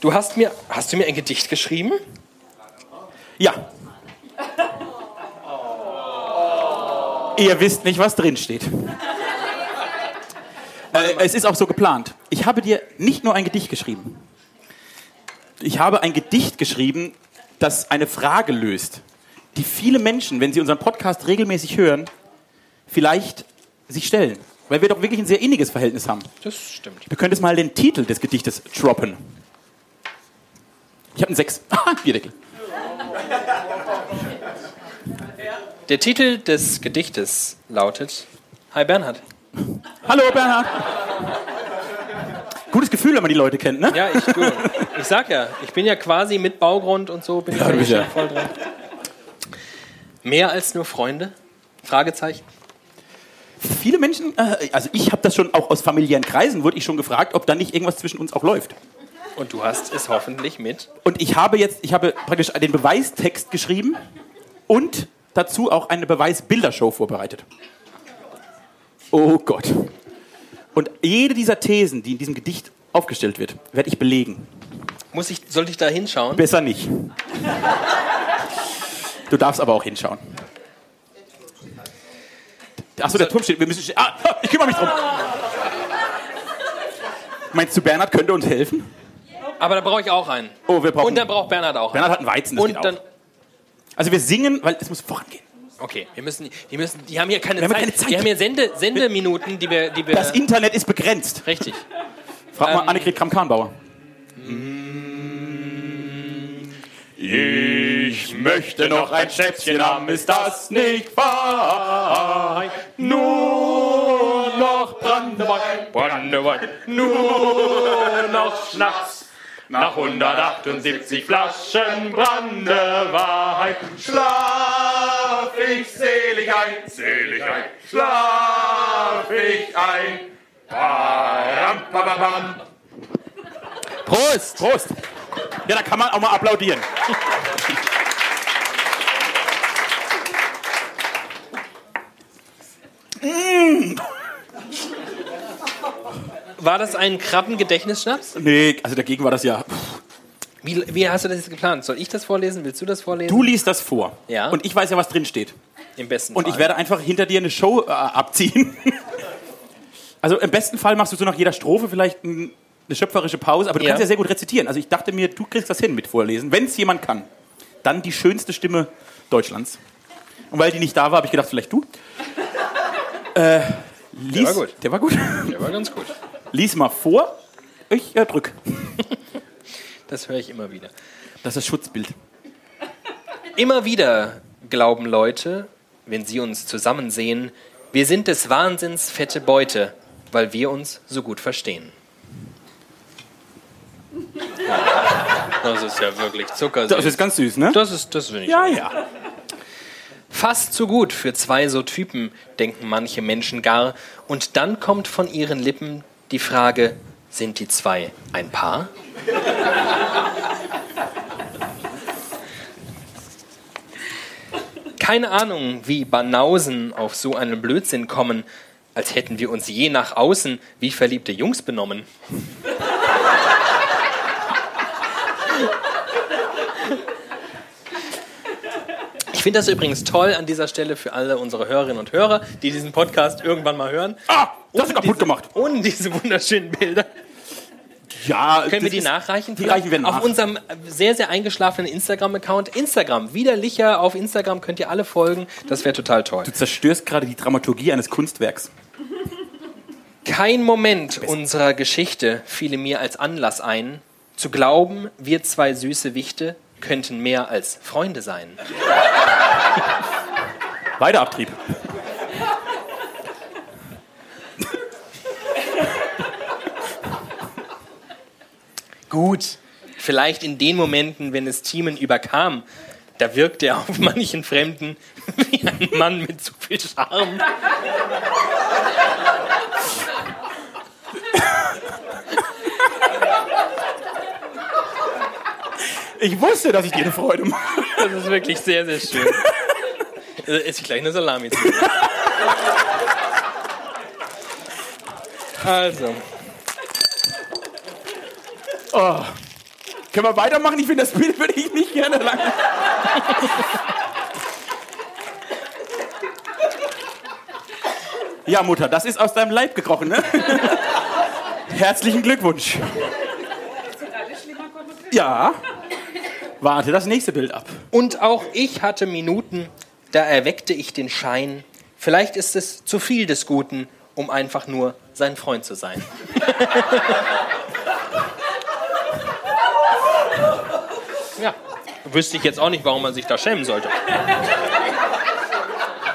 S2: Du hast mir. Hast du mir ein Gedicht geschrieben?
S3: Ja. Ihr wisst nicht, was drin steht. Äh, es ist auch so geplant. Ich habe dir nicht nur ein Gedicht geschrieben. Ich habe ein Gedicht geschrieben, das eine Frage löst, die viele Menschen, wenn sie unseren Podcast regelmäßig hören, vielleicht sich stellen. Weil wir doch wirklich ein sehr inniges Verhältnis haben.
S2: Das stimmt.
S3: Du könntest mal den Titel des Gedichtes droppen. Ich habe einen Sechs. Ah, Bierdeckel.
S2: Der Titel des Gedichtes lautet Hi Bernhard.
S3: Hallo Bernhard. Gutes Gefühl, wenn man die Leute kennt, ne?
S2: Ja, ich, du, ich sag ja, ich bin ja quasi mit Baugrund und so, bin
S3: Ja, du
S2: ich
S3: bist
S2: ja
S3: ja-
S2: voll dran. Mehr als nur Freunde? Fragezeichen.
S3: Viele Menschen, äh, also ich habe das schon auch aus familiären Kreisen, wurde ich schon gefragt, ob da nicht irgendwas zwischen uns auch läuft.
S2: Und du hast es hoffentlich mit.
S3: Und ich habe jetzt, ich habe praktisch den Beweistext geschrieben und dazu auch eine Beweisbildershow vorbereitet. Oh Gott. Und jede dieser Thesen, die in diesem Gedicht aufgestellt wird, werde ich belegen.
S2: Muss ich, soll ich da hinschauen?
S3: Besser nicht. Du darfst aber auch hinschauen. Achso, der Turm steht. Wir müssen. Ah, ah, ich kümmere mich drum. Meinst du, Bernhard könnte uns helfen?
S2: Aber da brauche ich auch einen.
S3: Oh, wir brauchen.
S2: Und dann braucht Bernhard auch einen.
S3: Bernhard hat einen Weizen. Das
S2: Und
S3: geht
S2: dann.
S3: auch. Also wir singen, weil es muss vorangehen.
S2: Okay, wir müssen, die müssen, die haben hier keine,
S3: Wir haben
S2: Zeit.
S3: keine Zeit.
S2: Die haben hier Sende, Sendeminuten, die wir, die wir.
S3: Das Internet ist begrenzt.
S2: richtig.
S3: Frag
S4: Ähm,
S3: mal Annegret Kramp-Karrenbauer.
S4: Ich möchte noch ein Schnäpschen haben, ist das nicht fein? Nur noch Brandewein, Brandewein, nur noch Schnaps. Nach 178 Flaschen Brandewein schlaf ich selig ein, selig ein, schlaf ich ein. Param, pam, pam, pam.
S2: Prost!
S3: Prost! Ja, da kann man auch mal applaudieren.
S2: War das ein Krabbengedächtnisschnaps?
S3: Nee, also dagegen war das ja.
S2: Wie, wie hast du das jetzt geplant? Soll ich das vorlesen? Willst du das vorlesen?
S3: Du liest das vor.
S2: Ja.
S3: Und ich weiß ja, was drin steht.
S2: Im besten
S3: Und
S2: Fall.
S3: ich werde einfach hinter dir eine Show äh, abziehen. also im besten Fall machst du so nach jeder Strophe vielleicht ein, eine schöpferische Pause, aber du
S2: Ja.
S3: kannst ja sehr gut rezitieren. Also ich dachte mir, du kriegst das hin mit Vorlesen, wenn es jemand kann. Dann die schönste Stimme Deutschlands. Und weil die nicht da war, habe ich gedacht, vielleicht du. Äh, lies,
S2: war gut.
S3: Der war gut.
S2: Der war ganz gut.
S3: Lies mal vor. Ich äh, drück.
S2: Das höre ich immer wieder.
S3: Das ist das Schutzbild.
S2: Immer wieder glauben Leute, wenn sie uns zusammen sehen, wir sind des Wahnsinns fette Beute, weil wir uns so gut verstehen. Das ist ja wirklich Zucker.
S3: Das ist ganz süß, ne?
S2: Das ist, das finde ich.
S3: Ja, ja.
S2: Fast zu gut für zwei so Typen, denken manche Menschen gar. Und dann kommt von ihren Lippen die Frage: Sind die zwei ein Paar? Keine Ahnung, wie Banausen auf so einen Blödsinn kommen, als hätten wir uns je nach außen wie verliebte Jungs benommen. Ich finde das übrigens toll an dieser Stelle für alle unsere Hörerinnen und Hörer, die diesen Podcast irgendwann mal hören.
S3: Ah, das ist kaputt gemacht.
S2: Und diese wunderschönen Bilder.
S3: Ja,
S2: Können wir
S3: das
S2: die
S3: ist-
S2: nachreichen?
S3: Die reichen wir nach.
S2: Auf unserem sehr, sehr eingeschlafenen Instagram-Account. Instagram, widerlicher auf Instagram könnt ihr alle folgen. Das wäre total toll.
S3: Du zerstörst gerade die Dramaturgie eines Kunstwerks.
S2: Kein Moment unserer Geschichte fiele mir als Anlass ein, zu glauben, wir zwei süße Wichte könnten mehr als Freunde sein.
S3: Weiter Abtrieb.
S2: Gut, vielleicht in den Momenten, wenn es Thiemen überkam, da wirkte er auf manchen Fremden wie ein Mann mit zu viel Charme.
S3: Ich wusste, dass ich dir eine Freude mache.
S2: Das ist wirklich sehr, sehr schön. Da Äh, Esse ich gleich eine Salami zu. Also,
S3: Können wir weitermachen? Ich finde, das Bild würde ich nicht gerne lang. Ja, Mutter, das ist aus deinem Leib gekrochen, ne? Herzlichen Glückwunsch. Ja. Warte das nächste Bild ab.
S2: und auch ich hatte Minuten, da erweckte ich den Schein. Vielleicht ist es zu viel des Guten, um einfach nur sein Freund zu sein. Ja, wüsste ich jetzt auch nicht, warum man sich da schämen sollte.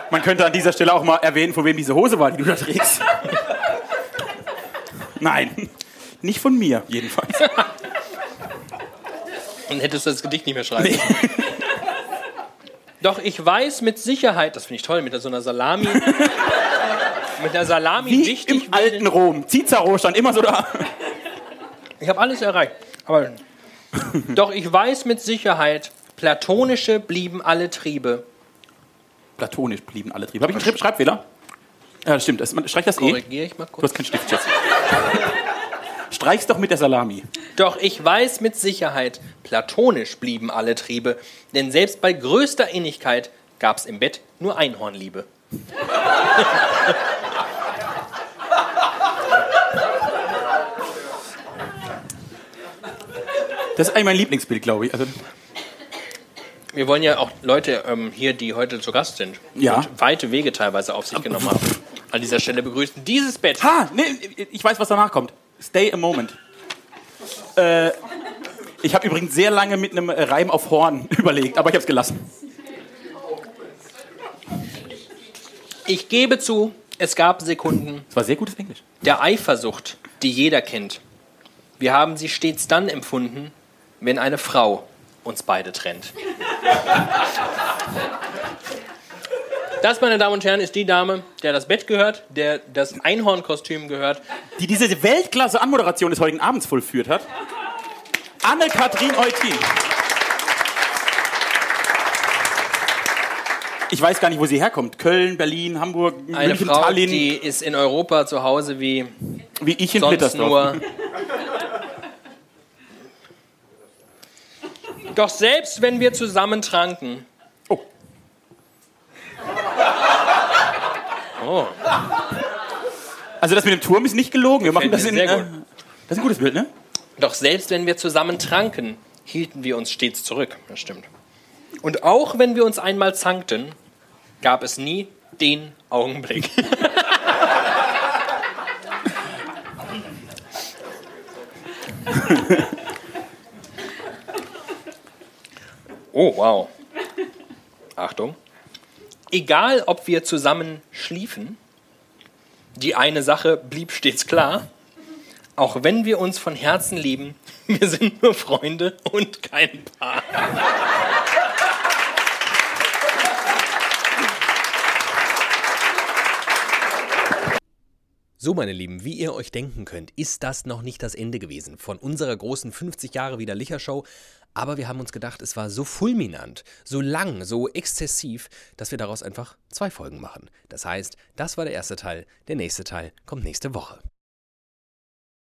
S3: Man könnte an dieser Stelle auch mal erwähnen, von wem diese Hose war, die du da trägst. Nein, nicht von mir, jedenfalls.
S2: Dann hättest du das Gedicht nicht mehr schreiben. Doch ich weiß mit Sicherheit, das finde ich toll, mit so einer Salami. mit einer Salami
S3: Wie
S2: wichtig.
S3: im alten Rom. Cicero stand immer so da.
S2: Ich habe alles erreicht. Aber Doch ich weiß mit Sicherheit, platonische blieben alle Triebe.
S3: Platonisch blieben alle Triebe. Habe ich einen Schreib- Schreibfehler? Ja, das stimmt. Das- man- Streich das E.
S2: Korrigiere ich mal
S3: Du
S2: kurz.
S3: hast keinen Stift jetzt. Streich's doch mit der Salami.
S2: Doch ich weiß mit Sicherheit, platonisch blieben alle Triebe, denn selbst bei größter Innigkeit gab's im Bett nur Einhornliebe.
S3: Das ist eigentlich mein Lieblingsbild, glaube ich. Also,
S2: Wir wollen ja auch Leute ähm, hier, die heute zu Gast sind,
S3: Ja.
S2: und weite Wege teilweise auf sich genommen haben, an dieser Stelle begrüßen. Dieses Bett.
S3: ha, nee, ich weiß, was danach kommt. Stay a moment. Äh, ich habe übrigens sehr lange mit einem äh, Reim auf Horn überlegt, aber ich habe es gelassen.
S2: Ich gebe zu, es gab Sekunden
S3: Das war sehr gutes Englisch.
S2: der Eifersucht, die jeder kennt. Wir haben sie stets dann empfunden, wenn eine Frau uns beide trennt. Das, meine Damen und Herren, ist die Dame, der das Bett gehört, der das Einhornkostüm gehört.
S3: Die diese Weltklasse-Anmoderation des heutigen Abends vollführt hat. Anne-Kathrin Eutin. Ich weiß gar nicht, wo sie herkommt. Köln, Berlin, Hamburg,
S2: Eine
S3: München,
S2: Frau,
S3: Tallinn,
S2: die ist in Europa zu Hause wie
S3: wie ich in
S2: sonst
S3: Blittersdorf.
S2: nur. Doch selbst wenn wir zusammen tranken.
S3: Oh.
S2: Oh,
S3: Also das mit dem Turm ist nicht gelogen. Wir machen
S2: Gefällt
S3: das in,
S2: mir sehr
S3: äh, Das ist ein gutes Bild, ne?
S2: Doch selbst wenn wir zusammen tranken, hielten wir uns stets zurück. Das stimmt. Und auch wenn wir uns einmal zankten, gab es nie den Augenblick. oh, wow. Achtung. Egal, ob wir zusammen schliefen, die eine Sache blieb stets klar. Auch wenn wir uns von Herzen lieben, wir sind nur Freunde und kein Paar.
S5: So, meine Lieben, wie ihr euch denken könnt, ist das noch nicht das Ende gewesen von unserer großen 50 Jahre wieder Licher-Show. Aber wir haben uns gedacht, es war so fulminant, so lang, so exzessiv, dass wir daraus einfach zwei Folgen machen. Das heißt, das war der erste Teil, der nächste Teil kommt nächste Woche.